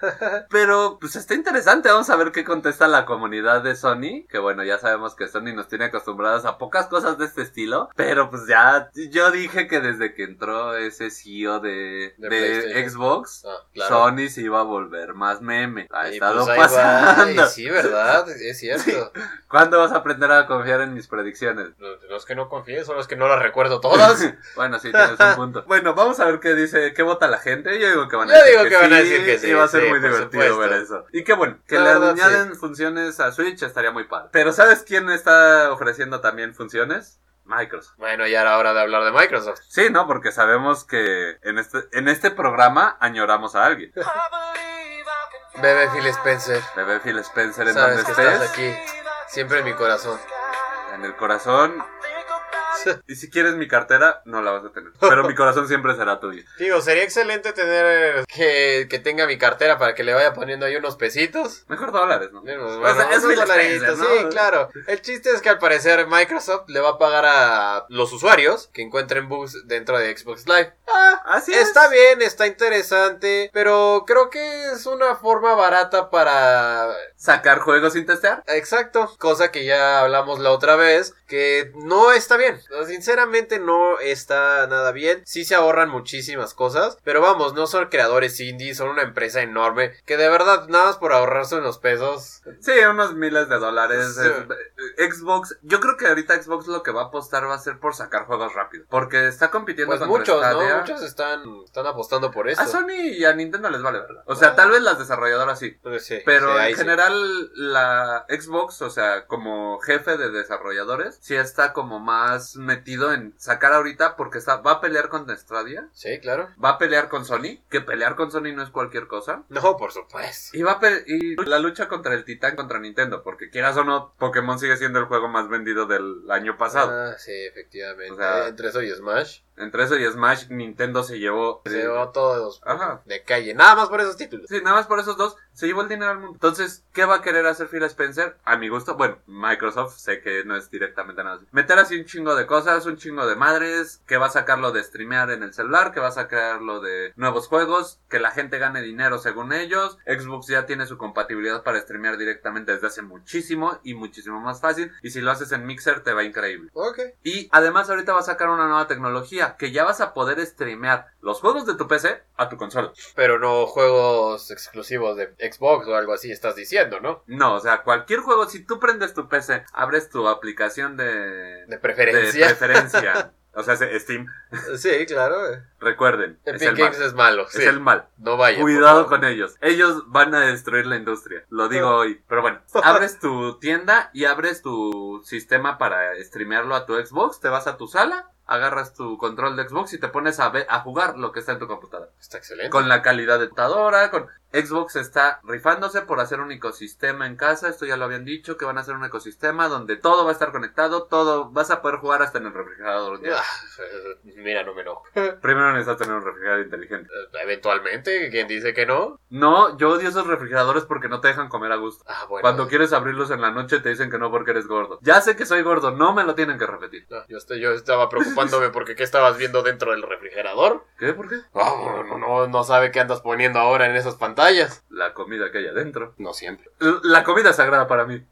Speaker 1: Pero pues está interesante, vamos a ver qué contesta la comunidad de Sony, que bueno, ya sabemos que Sony nos tiene acostumbrados a pocas cosas de este estilo, pero pues ya yo dije que desde que entró ese CEO de, de
Speaker 2: De PlayStation.
Speaker 1: Xbox,
Speaker 2: Ah, claro.
Speaker 1: Sony se iba a volver más meme. Ha
Speaker 2: Y
Speaker 1: estado
Speaker 2: pues ahí va.
Speaker 1: pasando.
Speaker 2: Y sí, ¿verdad? Es cierto.
Speaker 1: ¿Cuándo vas a aprender a confiar en mis predicciones.
Speaker 2: Los, los que no confié son los que no las recuerdo todas.
Speaker 1: Bueno, sí, tienes un punto. Bueno, vamos a ver qué dice, qué vota la gente. Yo digo que van a
Speaker 2: Yo
Speaker 1: decir
Speaker 2: digo que van a
Speaker 1: sí,
Speaker 2: decir que sí,
Speaker 1: Y va a ser
Speaker 2: sí,
Speaker 1: muy
Speaker 2: por
Speaker 1: divertido
Speaker 2: supuesto.
Speaker 1: ver eso. Y qué bueno, que
Speaker 2: La
Speaker 1: le
Speaker 2: verdad,
Speaker 1: añaden funciones a Switch estaría muy padre. Pero ¿sabes quién está ofreciendo también funciones? Microsoft.
Speaker 2: bueno, ya era hora de hablar de Microsoft.
Speaker 1: Sí, ¿no? Porque sabemos que en este, en este programa añoramos a alguien.
Speaker 2: Bebé Phil Spencer,
Speaker 1: Bebé Phil Spencer en
Speaker 2: sabes que
Speaker 1: donde estés.
Speaker 2: estás aquí, siempre en mi corazón.
Speaker 1: En el corazón. Y si quieres mi cartera, no la vas a tener. Pero mi corazón siempre será tuyo.
Speaker 2: Digo, sería excelente tener que, que tenga mi cartera para que le vaya poniendo ahí unos pesitos.
Speaker 1: Mejor dólares, ¿no?
Speaker 2: Bueno,
Speaker 1: O sea, es
Speaker 2: unos
Speaker 1: Phil Spencer,
Speaker 2: dolaritos,
Speaker 1: ¿no?
Speaker 2: Sí, claro. El chiste es que al parecer Microsoft le va a pagar a los usuarios que encuentren bugs dentro de Xbox Live. Ah,
Speaker 1: Así es.
Speaker 2: Está bien, está interesante, pero creo que es una forma barata para...
Speaker 1: Sacar juegos sin testear.
Speaker 2: Exacto, cosa que ya hablamos la otra vez, que no está bien. Sinceramente no está nada bien. Sí se ahorran muchísimas cosas, pero vamos, no son creadores indie, son una empresa enorme que de verdad nada más por ahorrarse unos pesos.
Speaker 1: Sí, unos miles de dólares.
Speaker 2: Sí.
Speaker 1: Es- eh, Xbox, yo creo que ahorita Xbox lo que va a apostar va a ser por sacar juegos rápido. Porque está compitiendo
Speaker 2: Pues
Speaker 1: contra
Speaker 2: muchos,
Speaker 1: Stadia.
Speaker 2: ¿no? Muchos están, están apostando por eso.
Speaker 1: A Sony y a Nintendo les vale, ¿verdad? O sea, tal vez las desarrolladoras sí.
Speaker 2: Pues sí,
Speaker 1: Pero
Speaker 2: Ah. sí, ahí
Speaker 1: en
Speaker 2: sí.
Speaker 1: general, la Xbox, o sea, como jefe de desarrolladores, sí está como más metido en sacar ahorita porque está, va a pelear con Stadia,
Speaker 2: Sí, claro.
Speaker 1: va a pelear con Sony, que pelear con Sony no es cualquier cosa.
Speaker 2: No, por supuesto.
Speaker 1: Y va a pe- y la lucha contra el titán contra Nintendo, porque quieras o no, Pokémon sigue siendo el juego más vendido del año pasado.
Speaker 2: Ah, sí, efectivamente.
Speaker 1: O sea-
Speaker 2: Entre eso y Smash.
Speaker 1: Entre eso y Smash, Nintendo se llevó...
Speaker 2: Se llevó todos
Speaker 1: Ajá.
Speaker 2: de calle. Nada más por esos títulos.
Speaker 1: Sí, nada más por esos dos se llevó el dinero al mundo. Entonces, ¿qué va a querer hacer Phil Spencer? A mi gusto, bueno, Microsoft sé que no es directamente nada. así. Meter así un chingo de cosas, un chingo de madres, que va a sacarlo de streamear en el celular, que va a sacarlo de nuevos juegos, que la gente gane dinero según ellos. Xbox ya tiene su compatibilidad para streamear directamente desde hace muchísimo y muchísimo más fácil. Y si lo haces en Mixer te va increíble.
Speaker 2: Ok.
Speaker 1: Y además ahorita va a sacar una nueva tecnología que ya vas a poder streamear los juegos de tu PC a tu consola.
Speaker 2: Pero no juegos exclusivos de Xbox o algo así, estás diciendo, ¿no?
Speaker 1: No, o sea, cualquier juego, si tú prendes tu PC, abres tu aplicación de,
Speaker 2: De
Speaker 1: de
Speaker 2: preferencia.
Speaker 1: preferencia. o sea, se- Steam,
Speaker 2: sí, claro. eh.
Speaker 1: recuerden, es
Speaker 2: Epic
Speaker 1: el
Speaker 2: Games
Speaker 1: mal.
Speaker 2: es malo. Sí.
Speaker 1: Es el mal.
Speaker 2: No vaya.
Speaker 1: Cuidado con ellos. Ellos van a destruir la industria. Lo digo hoy. Pero bueno, abres tu tienda y abres tu sistema para streamearlo a tu Xbox. Te vas a tu sala, agarras tu control de Xbox y te pones a, ve- a jugar lo que está en tu computadora.
Speaker 2: Está excelente.
Speaker 1: con la calidad de computadora, con Xbox está rifándose por hacer un ecosistema en casa, esto ya lo habían dicho, que van a hacer un ecosistema donde todo va a estar conectado, todo vas a poder jugar hasta en el refrigerador. Ya.
Speaker 2: Ah, Mira, no me enojo.
Speaker 1: Primero necesitas tener un refrigerador inteligente.
Speaker 2: Eh, Eventualmente, quien dice que no.
Speaker 1: No, yo odio esos refrigeradores porque no te dejan comer a gusto.
Speaker 2: Ah, bueno.
Speaker 1: Cuando quieres abrirlos en la noche te dicen que no porque eres gordo. Ya sé que soy gordo, no me lo tienen que repetir.
Speaker 2: No, yo, estoy- yo estaba preocupándome porque ¿qué estabas viendo dentro del refrigerador?
Speaker 1: ¿Qué? ¿Por qué?
Speaker 2: Ah, no, no, no sabe qué andas poniendo ahora en esas pantallas.
Speaker 1: La comida que hay adentro.
Speaker 2: No siempre.
Speaker 1: L- La comida es sagrada para mí.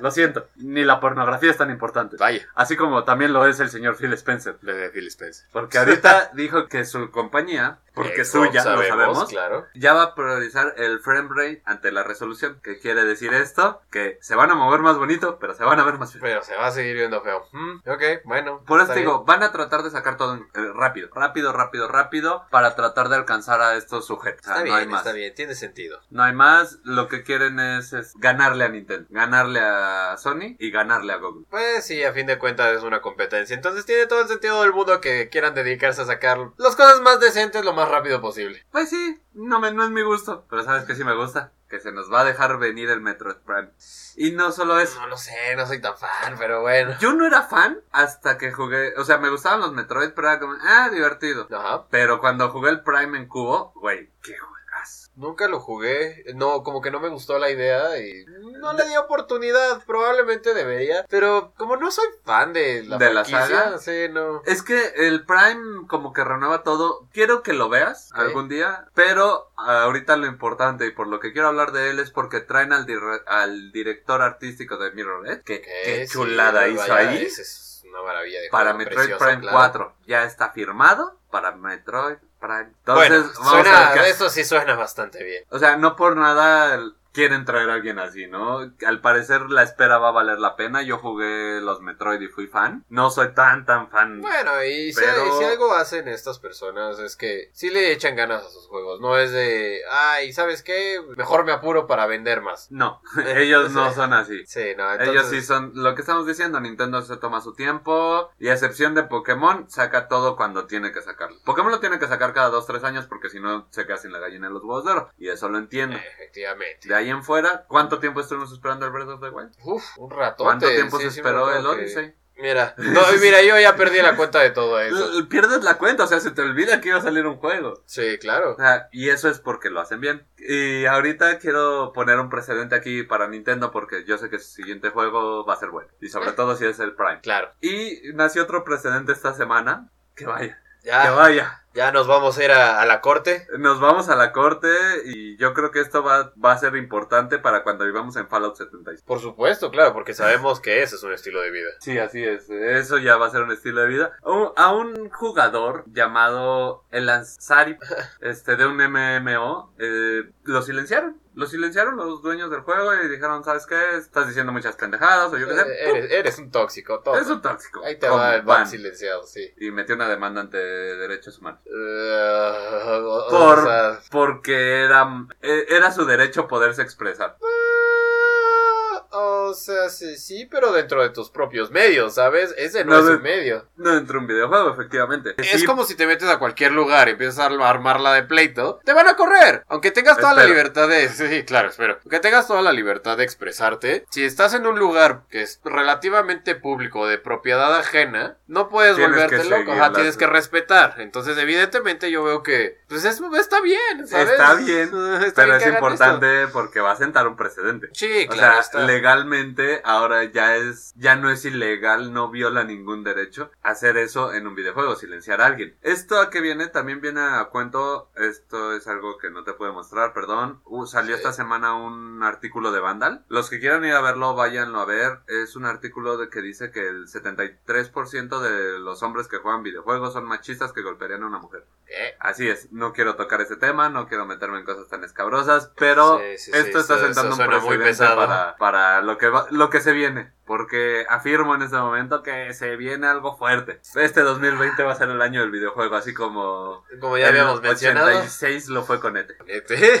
Speaker 1: Lo siento, ni la pornografía es tan importante.
Speaker 2: Vaya,
Speaker 1: Así como también lo es el señor Phil Spencer.
Speaker 2: bebé Phil Spencer.
Speaker 1: Porque ahorita dijo que su compañía, porque
Speaker 2: Xbox,
Speaker 1: suya, lo sabemos,
Speaker 2: Claro.
Speaker 1: ya va a priorizar el frame rate ante la resolución. ¿Qué quiere decir esto? Que se van a mover más bonito, pero se van a ver más feo.
Speaker 2: Pero se va a seguir viendo feo. Mm, ok, bueno.
Speaker 1: Por eso
Speaker 2: está
Speaker 1: te digo, van a tratar de sacar todo en- eh, rápido, rápido, rápido, rápido, para tratar de alcanzar a estos sujetos. O sea,
Speaker 2: Está
Speaker 1: Ah, no hay
Speaker 2: bien,
Speaker 1: más.
Speaker 2: está bien, tiene sentido.
Speaker 1: No hay más. Lo que quieren es, es ganarle a Nintendo, ganarle a Sony y ganarle a Google.
Speaker 2: Pues sí, a fin de cuentas es una competencia. Entonces tiene todo el sentido del mundo que quieran dedicarse a sacar las cosas más decentes lo más rápido posible.
Speaker 1: Pues sí, no, me, no es mi gusto, pero ¿sabes que sí me gusta? Que se nos va a dejar venir el Metroid Prime. Y no solo eso.
Speaker 2: Pues, No lo sé, no soy tan fan, pero bueno.
Speaker 1: Yo no era fan hasta que jugué, o sea, me gustaban los Metroid, pero era como, ah, divertido.
Speaker 2: Ajá.
Speaker 1: Pero cuando jugué el Prime en cubo, güey, qué juegas.
Speaker 2: Nunca lo jugué, no, como que no me gustó la idea y no le di oportunidad, probablemente debería, pero como no soy fan de la,
Speaker 1: ¿De la
Speaker 2: franquicia,
Speaker 1: saga?
Speaker 2: sí, no.
Speaker 1: Es que el Prime como que renueva todo. Quiero que lo veas
Speaker 2: Ok.
Speaker 1: algún día, pero ahorita lo importante y por lo que quiero hablar de él es porque traen al, dire- al director artístico de Mirror Edge, que
Speaker 2: Ok,
Speaker 1: qué
Speaker 2: sí,
Speaker 1: chulada
Speaker 2: vaya,
Speaker 1: hizo ahí,
Speaker 2: esa Es una maravilla de
Speaker 1: para
Speaker 2: juego,
Speaker 1: Metroid
Speaker 2: preciosa,
Speaker 1: Prime
Speaker 2: claro.
Speaker 1: 4. Ya está firmado para Metroid Prime. Entonces,
Speaker 2: Bueno,
Speaker 1: vamos a ver qué
Speaker 2: suena,
Speaker 1: hace.
Speaker 2: eso sí suena bastante bien.
Speaker 1: O sea, no por nada el- quieren traer a alguien así, ¿no? Al parecer la espera va a valer la pena. Yo jugué los Metroid y fui fan. No soy tan, tan fan.
Speaker 2: Bueno, y si-
Speaker 1: Pero-
Speaker 2: si, algo hacen estas personas es que sí le echan ganas a sus juegos. No es de, ay, ¿sabes qué? Mejor me apuro para vender más.
Speaker 1: No, ellos no
Speaker 2: pues Sí.
Speaker 1: son así.
Speaker 2: Sí, no,
Speaker 1: Ellos
Speaker 2: entonces...
Speaker 1: sí son lo que estamos diciendo, Nintendo se toma su tiempo y a excepción de Pokémon saca todo cuando tiene que sacarlo. Pokémon lo tiene que sacar cada 2-3 años porque si no se queda sin la gallina de los huevos de oro y eso lo entiendo.
Speaker 2: Eh, Efectivamente.
Speaker 1: De ahí en fuera, ¿cuánto tiempo estuvimos esperando el Breath of the Wild?
Speaker 2: Uf, un ratote.
Speaker 1: ¿Cuánto tiempo
Speaker 2: Sí,
Speaker 1: se
Speaker 2: sí me
Speaker 1: esperó
Speaker 2: acuerdo
Speaker 1: el
Speaker 2: que-
Speaker 1: Odyssey?
Speaker 2: Mira, no, mira, yo ya perdí la cuenta de todo eso.
Speaker 1: L- Pierdes la cuenta, o sea, se te olvida que iba a salir un juego.
Speaker 2: Sí, claro.
Speaker 1: O sea, y eso es porque lo hacen bien. Y ahorita quiero poner un precedente aquí para Nintendo porque yo sé que su siguiente juego va a ser bueno. Y sobre todo si es el Prime.
Speaker 2: Claro.
Speaker 1: Y nació otro precedente esta semana. Que vaya, que
Speaker 2: Ya,
Speaker 1: vaya.
Speaker 2: ya nos vamos a ir a, a la corte.
Speaker 1: Nos vamos a la corte y yo creo que esto va, va a ser importante para cuando vivamos en Fallout 76.
Speaker 2: Por supuesto, claro, porque sabemos que ese es un estilo de vida.
Speaker 1: Sí, así es. Eso ya va a ser un estilo de vida. O- A un jugador llamado el Ansari, este, de un MMO, eh, lo silenciaron. Lo silenciaron los dueños del juego y dijeron, ¿sabes qué? Estás diciendo muchas pendejadas o yo qué sé.
Speaker 2: Eh, Eres, eres un tóxico, todo.
Speaker 1: Es un tóxico.
Speaker 2: Ahí te
Speaker 1: Pum,
Speaker 2: va el
Speaker 1: ban.
Speaker 2: ban silenciado, sí.
Speaker 1: Y metió una demanda ante derechos humanos.
Speaker 2: Eh, o- o
Speaker 1: Por-
Speaker 2: sea,
Speaker 1: Porque era, eh, era su derecho poderse expresar.
Speaker 2: ah, eh, o sea, sí, sí, pero dentro de tus propios medios, ¿sabes? Ese no,
Speaker 1: No,
Speaker 2: es
Speaker 1: de-
Speaker 2: un medio.
Speaker 1: No dentro de un videojuego, efectivamente.
Speaker 2: Es como si te metes a cualquier lugar y empiezas a armarla de pleito, te van a correr. Aunque tengas toda la
Speaker 1: Espero.
Speaker 2: libertad de. Sí, claro, espero. Aunque tengas toda la libertad de expresarte, si estás en un lugar que es relativamente público, de propiedad ajena, no puedes
Speaker 1: Tienes
Speaker 2: volverte
Speaker 1: que
Speaker 2: loco.
Speaker 1: seguir
Speaker 2: Ajá,
Speaker 1: las-
Speaker 2: tienes que respetar. Entonces, evidentemente, yo veo que. Pues es- está bien, ¿sabes?
Speaker 1: Está bien,
Speaker 2: Está
Speaker 1: Pero es
Speaker 2: bien que hagan
Speaker 1: importante porque va a sentar un precedente.
Speaker 2: esto. Sí,
Speaker 1: O
Speaker 2: claro.
Speaker 1: sea,
Speaker 2: está.
Speaker 1: legalmente ahora ya es, ya no es ilegal, no viola ningún derecho hacer eso en un videojuego, silenciar a alguien. Esto a que viene también viene a cuento, esto es algo que no te puedo mostrar, perdón. Uh, salió
Speaker 2: Sí.
Speaker 1: esta semana un artículo de Vandal. Los que quieran ir a verlo, váyanlo a ver. Es un artículo de que dice que el 73% de los hombres que juegan videojuegos son machistas que golpearían a una mujer.
Speaker 2: ¿Qué?
Speaker 1: Así es, no quiero tocar ese tema, no quiero meterme en cosas tan escabrosas, pero
Speaker 2: Sí, sí, sí,
Speaker 1: esto está
Speaker 2: eso-
Speaker 1: sentando
Speaker 2: eso
Speaker 1: un
Speaker 2: suena muy
Speaker 1: precedente
Speaker 2: pesado.
Speaker 1: para, para lo, que va- lo que se viene, porque afirmo en este momento que se viene algo fuerte. Este 2020 va a ser el año del videojuego, así como
Speaker 2: Como ya
Speaker 1: el
Speaker 2: habíamos mencionado.
Speaker 1: 86 lo fue con ET.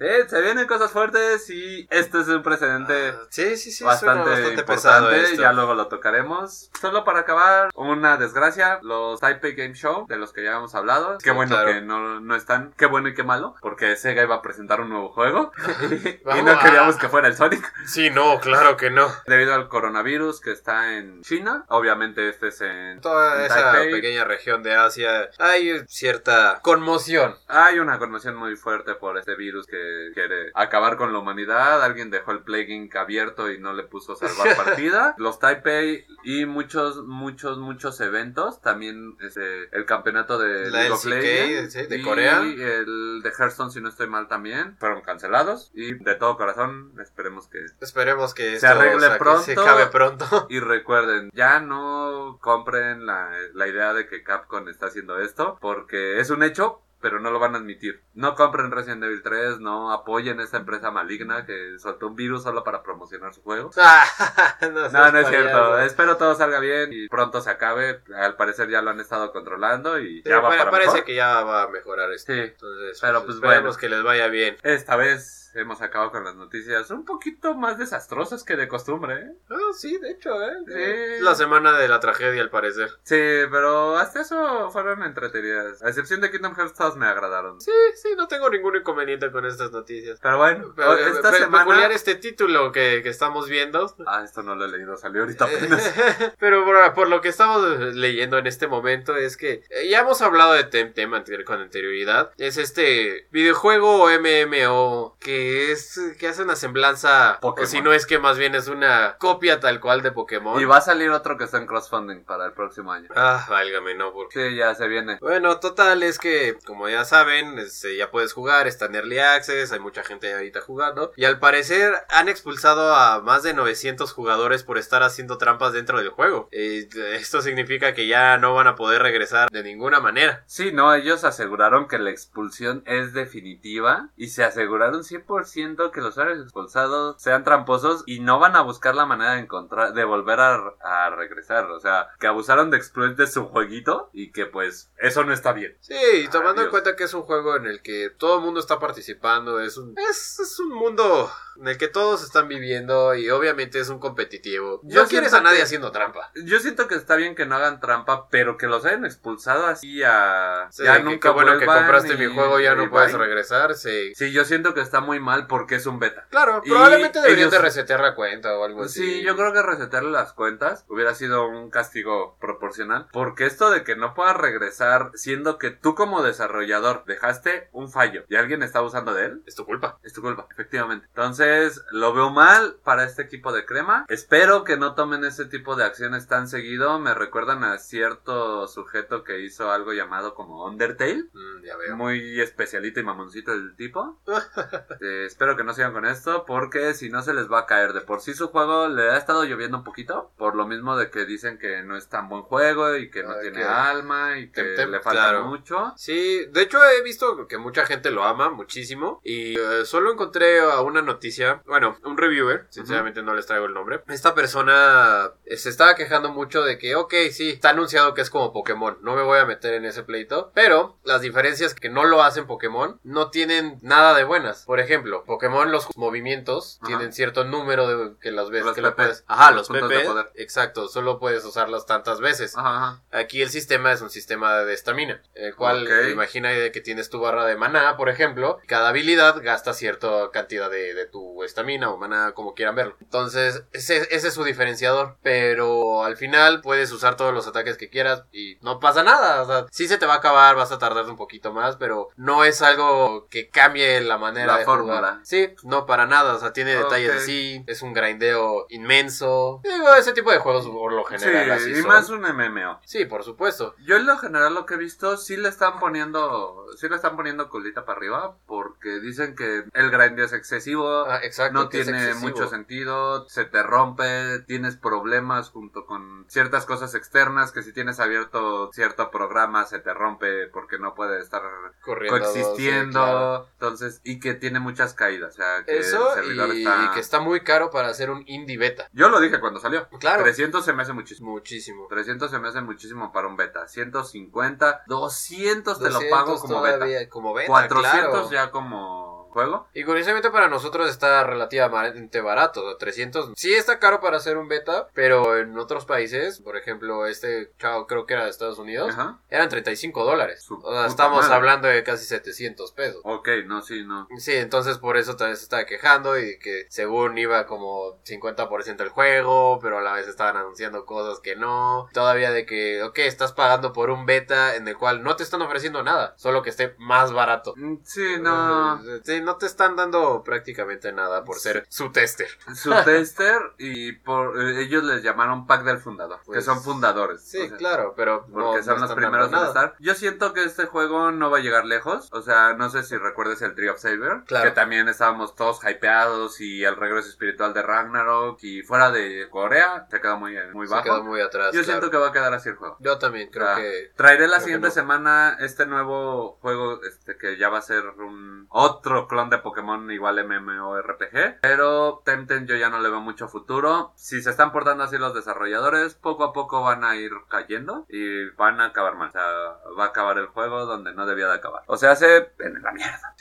Speaker 1: Eh, se vienen cosas fuertes y este es un precedente
Speaker 2: sí, sí, sí,
Speaker 1: bastante,
Speaker 2: suena bastante pesado.
Speaker 1: importante,
Speaker 2: esto.
Speaker 1: ya luego lo tocaremos. Solo para acabar, una desgracia, los Taipei Game Show, de los que ya hemos hablado. Qué
Speaker 2: Sí,
Speaker 1: bueno
Speaker 2: claro.
Speaker 1: que no, no están, qué bueno y qué malo, porque Sega iba a presentar un nuevo juego y
Speaker 2: Vamos
Speaker 1: no
Speaker 2: a-
Speaker 1: queríamos que fuera el Sonic.
Speaker 2: Sí, no, claro que no.
Speaker 1: Debido al coronavirus que está en China, obviamente este es en...
Speaker 2: Toda
Speaker 1: En
Speaker 2: esa
Speaker 1: Taipei.
Speaker 2: pequeña región de Asia hay cierta conmoción.
Speaker 1: Hay una conmoción muy fuerte por este virus que quiere acabar con la humanidad. Alguien dejó el Plague Inc. abierto y no le puso salvar partida. Los Taipei y muchos, muchos, muchos eventos. También este, el campeonato de
Speaker 2: La
Speaker 1: League of
Speaker 2: LCK,
Speaker 1: Legends
Speaker 2: sí, de
Speaker 1: y
Speaker 2: Corea.
Speaker 1: el de Hearthstone, si no estoy mal también. Fueron cancelados. Y de todo corazón, esperemos que...
Speaker 2: Esperemos que
Speaker 1: Se
Speaker 2: esto,
Speaker 1: arregle
Speaker 2: que se
Speaker 1: pronto.
Speaker 2: acabe pronto.
Speaker 1: Y recuerden, ya no compren la, la idea de que Capcom está haciendo esto, porque es un hecho, pero no lo van a admitir. No compren Resident Evil 3, no apoyen esta empresa maligna que soltó un virus solo para promocionar su juego.
Speaker 2: Ah,
Speaker 1: No,
Speaker 2: seas
Speaker 1: no es cierto. eh,
Speaker 2: payaso.
Speaker 1: Espero todo salga bien y pronto se acabe. Al parecer ya lo han estado controlando y
Speaker 2: Sí,
Speaker 1: ya va
Speaker 2: pare-
Speaker 1: para
Speaker 2: parece
Speaker 1: mejor.
Speaker 2: que ya va a mejorar esto.
Speaker 1: Sí.
Speaker 2: Entonces,
Speaker 1: Pero, pues,
Speaker 2: esperemos
Speaker 1: bueno.
Speaker 2: que les vaya bien.
Speaker 1: Esta vez hemos acabado con las noticias un poquito más desastrosas que de costumbre, ¿eh?
Speaker 2: Ah, sí, de hecho,
Speaker 1: ¿eh?
Speaker 2: La semana de la tragedia, al parecer.
Speaker 1: Sí, pero hasta eso fueron entretenidas. A excepción de Kingdom Hearts, todas me agradaron.
Speaker 2: Sí, sí, no tengo ningún inconveniente con estas noticias.
Speaker 1: Pero bueno,
Speaker 2: Pero, eh,
Speaker 1: esta
Speaker 2: pe-
Speaker 1: semana...
Speaker 2: peculiar este título que, que estamos viendo.
Speaker 1: Ah, esto no lo he leído, salió ahorita
Speaker 2: Eh,
Speaker 1: apenas.
Speaker 2: Pero por, por lo que estamos leyendo en este momento es que eh, ya hemos hablado de Temtem anterior- con anterioridad. Es este videojuego MMO que es que hace una semblanza,
Speaker 1: Pokémon.
Speaker 2: o si no es que más bien es una copia tal cual de Pokémon.
Speaker 1: y va a salir otro que está en crossfunding para el próximo año.
Speaker 2: Ah, válgame, no, porque...
Speaker 1: Sí, ya se viene.
Speaker 2: Bueno, total, es que como ya saben, este, ya puedes jugar, está en Early Access, hay mucha gente ahorita jugando. Y al parecer han expulsado a más de 900 jugadores por estar haciendo trampas dentro del juego. Eh, esto significa que ya no van a poder regresar de ninguna manera.
Speaker 1: Sí, no, ellos aseguraron que la expulsión es definitiva y se aseguraron 100% 100% que los usuarios expulsados sean tramposos y no van a buscar la manera de encontrar, de volver a, a regresar. O sea, que abusaron de exploit de su jueguito y que pues eso no está bien.
Speaker 2: Sí, y tomando en
Speaker 1: Adiós.
Speaker 2: cuenta que es un juego en el que todo el mundo está participando, es un, es, es un mundo en el que todos están viviendo y obviamente es un competitivo.
Speaker 1: Yo
Speaker 2: no quieres
Speaker 1: siento
Speaker 2: a nadie
Speaker 1: que-
Speaker 2: haciendo trampa.
Speaker 1: Yo siento que está bien que no hagan trampa, pero que los hayan expulsado así a...
Speaker 2: O sea, que qué bueno que
Speaker 1: vuelvan
Speaker 2: compraste
Speaker 1: y-
Speaker 2: mi juego, ya
Speaker 1: y
Speaker 2: no puedes
Speaker 1: bye.
Speaker 2: regresar. sí.
Speaker 1: Sí, yo siento que está muy mal porque es un beta.
Speaker 2: Claro,
Speaker 1: Y
Speaker 2: probablemente deberían
Speaker 1: ellos-
Speaker 2: de resetear la cuenta o algo
Speaker 1: Pues
Speaker 2: así.
Speaker 1: sí, yo creo que resetearle las cuentas hubiera sido un castigo proporcional, porque esto de que no puedas regresar siendo que tú como desarrollador dejaste un fallo y alguien está abusando de él,
Speaker 2: Es tu culpa.
Speaker 1: es tu culpa, efectivamente. Entonces, lo veo mal para este equipo de crema. Espero que no tomen ese tipo de acciones tan seguido. Me recuerdan a cierto sujeto que hizo algo llamado como Undertale.
Speaker 2: Mm, ya veo.
Speaker 1: Muy especialito y mamoncito el tipo. Eh, espero que no sigan con esto porque si no se les va a caer. De por sí su juego le ha estado lloviendo un poquito. Por lo mismo de que dicen que no es tan buen juego y que no
Speaker 2: Ah,
Speaker 1: tiene
Speaker 2: que-
Speaker 1: alma y que
Speaker 2: que te-
Speaker 1: le falta
Speaker 2: claro.
Speaker 1: mucho.
Speaker 2: Sí, de hecho he visto que mucha gente lo ama muchísimo y eh, solo encontré a una noticia, bueno, un reviewer, sinceramente no les traigo el nombre. Esta persona eh, se estaba quejando mucho de que, ok, sí, está anunciado que es como Pokémon, no me voy a meter en ese pleito, pero las diferencias que no lo hacen Pokémon no tienen nada de buenas. Por ejemplo, Pokémon los movimientos
Speaker 1: Ajá.
Speaker 2: tienen cierto número de que las veces
Speaker 1: Los
Speaker 2: que lo
Speaker 1: PP.
Speaker 2: puedes... Ajá, los
Speaker 1: Puntos de
Speaker 2: PP,
Speaker 1: poder.
Speaker 2: exacto, solo puedes usarlas tantas veces.
Speaker 1: Ajá, ajá.
Speaker 2: Aquí el sistema es un sistema de estamina, el cual
Speaker 1: Ok.
Speaker 2: imagina que tienes tu barra de maná, por ejemplo, y cada habilidad gasta cierta cantidad de, de tu estamina o maná, como quieran verlo. Entonces, ese, ese es su diferenciador, pero al final puedes usar todos los ataques que quieras y no pasa nada, o sea, sí se te va a acabar, vas a tardar un poquito más, pero no es algo que cambie la manera
Speaker 1: La
Speaker 2: de
Speaker 1: fórmula.
Speaker 2: jugar. Sí, no para nada, o sea, tiene
Speaker 1: Ok.
Speaker 2: detalles así, es un grindeo inmenso. Digo, ese tipo de juegos por lo general así
Speaker 1: Sí, y
Speaker 2: son.
Speaker 1: más un MMO.
Speaker 2: Sí, por supuesto.
Speaker 1: Yo en lo general lo que he visto sí le están poniendo, sí le están poniendo colita para arriba porque dicen que el grind es excesivo,
Speaker 2: Ah, exacto.
Speaker 1: no
Speaker 2: que es
Speaker 1: tiene
Speaker 2: excesivo.
Speaker 1: mucho sentido, se te rompe, tienes problemas junto con ciertas cosas externas que si tienes abierto cierto programa se te rompe porque no puede estar
Speaker 2: Corriendo,
Speaker 1: coexistiendo,
Speaker 2: sí, claro.
Speaker 1: entonces y que tiene muchas caídas, o sea, que
Speaker 2: Eso
Speaker 1: el servidor
Speaker 2: y,
Speaker 1: está...
Speaker 2: y que está muy caro para hacer un indie beta.
Speaker 1: Yo lo dije cuando salió,
Speaker 2: Claro.
Speaker 1: 300 se me hace muchísimo.
Speaker 2: Muchísimo.
Speaker 1: 300 se me hace muchísimo para un beta. 150, 200 te lo
Speaker 2: 200
Speaker 1: pago como beta.
Speaker 2: todavía, Como beta,
Speaker 1: 400
Speaker 2: claro.
Speaker 1: ya como juego.
Speaker 2: Y curiosamente para nosotros está relativamente barato, o sea, 300. Sí está caro para hacer un beta, pero en otros países, por ejemplo, este chavo creo que era de Estados Unidos,
Speaker 1: Ajá.
Speaker 2: eran 35 dólares.
Speaker 1: Su
Speaker 2: O
Speaker 1: puta
Speaker 2: sea, estamos
Speaker 1: madre.
Speaker 2: hablando de casi 700 pesos.
Speaker 1: Ok, no, sí, no.
Speaker 2: Sí, entonces por eso tal vez se estaba quejando y que según iba como 50% el juego, pero a la vez estaban anunciando cosas que no. Todavía de que, ok, estás pagando por un beta en el cual no te están ofreciendo nada, solo que esté más barato.
Speaker 1: Mm, Sí, no.
Speaker 2: Sí, no te están dando prácticamente nada por ser su tester.
Speaker 1: Su tester y por eh, ellos les llamaron pack del fundador, que
Speaker 2: Pues,
Speaker 1: son fundadores.
Speaker 2: Sí,
Speaker 1: o sea,
Speaker 2: claro, pero no-
Speaker 1: Porque
Speaker 2: no
Speaker 1: son los
Speaker 2: están
Speaker 1: primeros
Speaker 2: dando
Speaker 1: en
Speaker 2: nada.
Speaker 1: estar. Yo siento que este juego no va a llegar lejos. O sea, no sé si recuerdes el Tree of Saber.
Speaker 2: Claro.
Speaker 1: Que también estábamos todos hypeados y el regreso espiritual de Ragnarok. Y fuera de Corea, se quedó muy, muy
Speaker 2: Se
Speaker 1: bajo.
Speaker 2: quedó muy atrás.
Speaker 1: Yo
Speaker 2: claro.
Speaker 1: siento que va a quedar así el juego.
Speaker 2: Yo también creo
Speaker 1: Ah.
Speaker 2: que...
Speaker 1: Traeré la
Speaker 2: Creo que
Speaker 1: siguiente
Speaker 2: no.
Speaker 1: semana este nuevo juego este que ya va a ser un otro clon de Pokémon igual MMORPG, pero Temtem yo ya no le veo mucho futuro. Si se están portando así los desarrolladores, poco a poco van a ir cayendo y van a acabar mal. O sea, va a acabar el juego donde no debía de acabar. O sea, se en la mierda.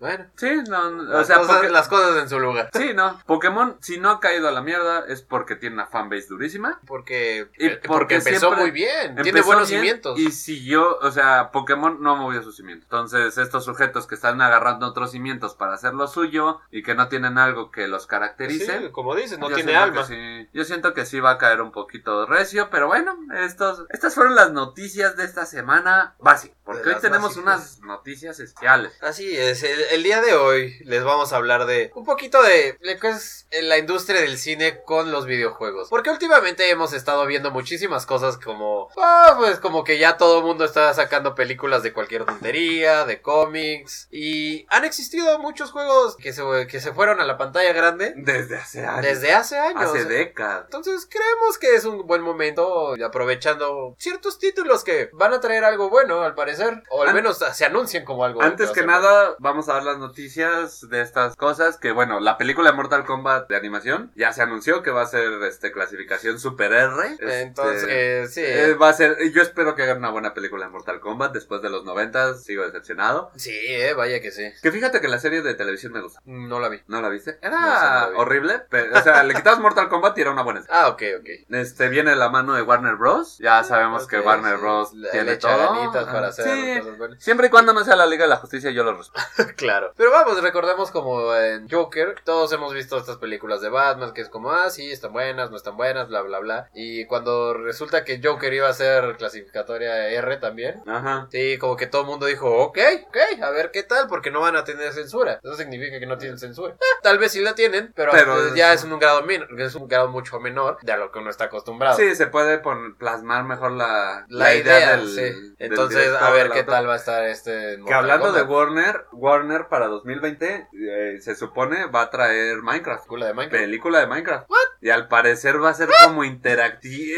Speaker 2: Bueno,
Speaker 1: Sí, no, no, o
Speaker 2: las
Speaker 1: sea,
Speaker 2: cosas-
Speaker 1: Poké-
Speaker 2: las cosas en su lugar.
Speaker 1: sí, no. Pokémon si no ha caído a la mierda es porque tiene una fanbase durísima.
Speaker 2: Porque,
Speaker 1: Y
Speaker 2: porque,
Speaker 1: porque
Speaker 2: empezó
Speaker 1: siempre-
Speaker 2: muy bien, tiene
Speaker 1: Empezó
Speaker 2: buenos
Speaker 1: bien
Speaker 2: cimientos.
Speaker 1: Y siguió, o sea, Pokémon no movió sus cimientos. Entonces, estos sujetos que están agarrando otros cimientos para hacer lo suyo y que no tienen algo que los caracterice.
Speaker 2: Sí, como dices, no
Speaker 1: yo
Speaker 2: tiene
Speaker 1: siento que
Speaker 2: alma.
Speaker 1: sí- yo siento que sí va a caer un poquito recio, pero bueno, estos, estas fueron las noticias de esta semana básica. Porque
Speaker 2: De
Speaker 1: hoy
Speaker 2: las
Speaker 1: tenemos
Speaker 2: básicas.
Speaker 1: unas noticias especiales.
Speaker 2: Así es, el, el día de hoy les vamos a hablar de un poquito de lo que es la industria del cine con los videojuegos. Porque últimamente hemos estado viendo muchísimas cosas como, ah, pues como que ya todo el mundo está sacando películas de cualquier tontería, de cómics, y han existido habido muchos juegos que se, que se fueron a la pantalla grande
Speaker 1: Desde hace años.
Speaker 2: desde hace años.
Speaker 1: hace décadas.
Speaker 2: Entonces creemos que es un buen momento, aprovechando ciertos títulos que van a traer algo bueno, al parecer, o al
Speaker 1: An-
Speaker 2: menos se anuncian como algo.
Speaker 1: Antes
Speaker 2: va a
Speaker 1: que
Speaker 2: ser
Speaker 1: nada, vamos a dar las noticias de estas cosas. Que bueno, la película de Mortal Kombat de animación ya se anunció que va a ser este clasificación Super R.
Speaker 2: bueno.
Speaker 1: Este,
Speaker 2: Entonces, eh, sí.
Speaker 1: eh, va a ser. Yo espero que hagan una buena película de Mortal Kombat después de los 90. Sigo decepcionado.
Speaker 2: Sí, eh, vaya que sí.
Speaker 1: Que fíjate que la serie de televisión me gusta.
Speaker 2: No la vi.
Speaker 1: ¿No la viste?
Speaker 2: No, esa no
Speaker 1: Era
Speaker 2: la vi.
Speaker 1: horrible. Pero, o sea, le quitabas Mortal Kombat y era una buena. serie.
Speaker 2: Ah, ok, ok.
Speaker 1: Este viene de la mano de Warner Bros. Ya sabemos
Speaker 2: Ok,
Speaker 1: que Warner
Speaker 2: sí.
Speaker 1: Bros.
Speaker 2: Le-
Speaker 1: tiene
Speaker 2: le echa
Speaker 1: todo.
Speaker 2: ganitas para
Speaker 1: Ah,
Speaker 2: hacer
Speaker 1: sí.
Speaker 2: cosas buenas.
Speaker 1: Siempre y cuando no sea la Liga de la Justicia, yo lo respeto.
Speaker 2: Claro. Pero vamos, recordemos como en Joker, todos hemos visto estas películas de Batman, que es como, ah, sí, están buenas, no están buenas, bla, bla, bla. Y cuando resulta que Joker iba a ser clasificatoria R también.
Speaker 1: Ajá.
Speaker 2: Sí, como que todo el mundo dijo, ok, ok, a ver qué tal, porque no van a tener censura. Eso significa que no tienen censura. Eh, tal vez sí la tienen, pero,
Speaker 1: Pero-
Speaker 2: eh, ya es un grado men- es un grado mucho menor de a lo que uno está acostumbrado.
Speaker 1: Sí, se puede pon- plasmar mejor la,
Speaker 2: La, idea,
Speaker 1: del-
Speaker 2: sí.
Speaker 1: del
Speaker 2: Entonces,
Speaker 1: director,
Speaker 2: a ver
Speaker 1: del
Speaker 2: qué
Speaker 1: autor.
Speaker 2: tal va a estar este.
Speaker 1: Que
Speaker 2: Mortal
Speaker 1: hablando de
Speaker 2: Kombat.
Speaker 1: Warner, Warner para 2020 eh, se supone va a traer Minecraft.
Speaker 2: película de Minecraft.
Speaker 1: Película de Minecraft. Y al parecer va a ser como interactiva.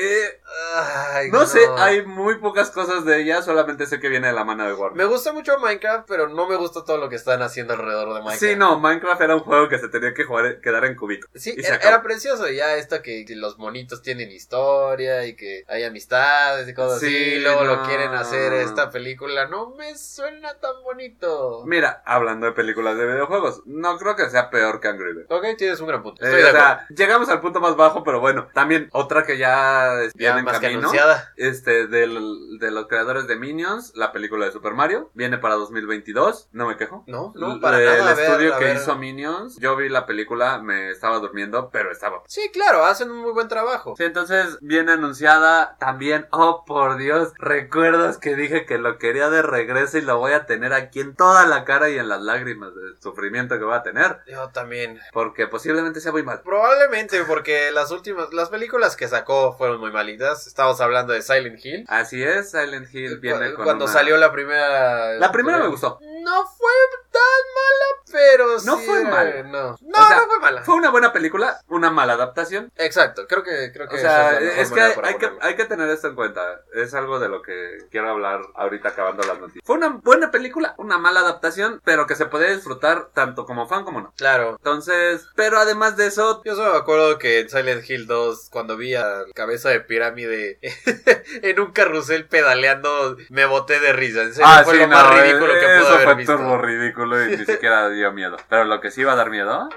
Speaker 2: Ay,
Speaker 1: No, sé, hay muy pocas cosas de ella, solamente sé que viene de la mano de Warner.
Speaker 2: Me gusta mucho Minecraft, pero no me gusta todo lo que están haciendo alrededor de Minecraft.
Speaker 1: Sí, no, Minecraft era un juego que se tenía que jugar, quedar en cubito.
Speaker 2: Sí,
Speaker 1: Y se
Speaker 2: era,
Speaker 1: acabó.
Speaker 2: era precioso. y Ya esto que los monitos tienen historia y que hay amistades y cosas
Speaker 1: Sí,
Speaker 2: así. y Luego lo
Speaker 1: no.
Speaker 2: quieren hacer esta película. No me suena tan bonito.
Speaker 1: Mira, hablando de películas de videojuegos, no creo que sea peor que Angry Birds.
Speaker 2: Ok, tienes un gran punto.
Speaker 1: Eh,
Speaker 2: Estoy de
Speaker 1: o
Speaker 2: acuerdo.
Speaker 1: sea, llegamos al punto más bajo, pero bueno, también otra que ya es-
Speaker 2: Ya
Speaker 1: viene en
Speaker 2: más que
Speaker 1: camino.
Speaker 2: anunciada.
Speaker 1: Este, del- de los creadores de Minions, la película de Super Mario, viene para 2022, no me quejo.
Speaker 2: No, no, para
Speaker 1: el
Speaker 2: nada. a ver,
Speaker 1: estudio
Speaker 2: a
Speaker 1: que
Speaker 2: ver.
Speaker 1: hizo Minions, yo vi la película, me estaba durmiendo, pero estaba.
Speaker 2: Sí, claro, hacen un muy buen trabajo.
Speaker 1: Sí, entonces viene anunciada también, oh por Dios, recuerdas que dije que lo quería de regreso y lo voy a tener aquí en toda la cara y en las lágrimas del sufrimiento que va a tener,
Speaker 2: Yo también.
Speaker 1: porque posiblemente sea muy mal.
Speaker 2: Probablemente porque las últimas, las películas que sacó fueron muy malitas. Estamos hablando de Silent Hill.
Speaker 1: Así es, Silent Hill viene
Speaker 2: Eh, Cu-
Speaker 1: con
Speaker 2: cuando
Speaker 1: una-
Speaker 2: salió la primera.
Speaker 1: La primera me gustó.
Speaker 2: No fue tan mala, pero
Speaker 1: No
Speaker 2: sí
Speaker 1: fue
Speaker 2: era-
Speaker 1: mala.
Speaker 2: No, no,
Speaker 1: sea,
Speaker 2: no fue mala.
Speaker 1: Fue una buena película, una mala adaptación.
Speaker 2: Exacto, creo que, creo que
Speaker 1: O
Speaker 2: esa
Speaker 1: sea,
Speaker 2: la mejor
Speaker 1: es que
Speaker 2: manera
Speaker 1: hay,
Speaker 2: para
Speaker 1: hay que
Speaker 2: ponerlo.
Speaker 1: hay que tener esto en cuenta. Es algo de lo que quiero hablar ahorita acabando las noticias. Fue una buena película, una mala adaptación, pero que se podía disfrutar tanto como fan como no.
Speaker 2: Claro.
Speaker 1: Entonces, pero además de eso,
Speaker 2: Yo solo me acuerdo que en Silent Hill 2, cuando vi a Cabeza de Pirámide en un carrusel pedaleando, me boté de risa. En serio, fue lo más
Speaker 1: Ah, no, eh,
Speaker 2: ridículo que
Speaker 1: eso
Speaker 2: pude haber
Speaker 1: fue
Speaker 2: visto.
Speaker 1: turbo ridículo y ni siquiera dio miedo. Pero lo que sí iba a dar miedo,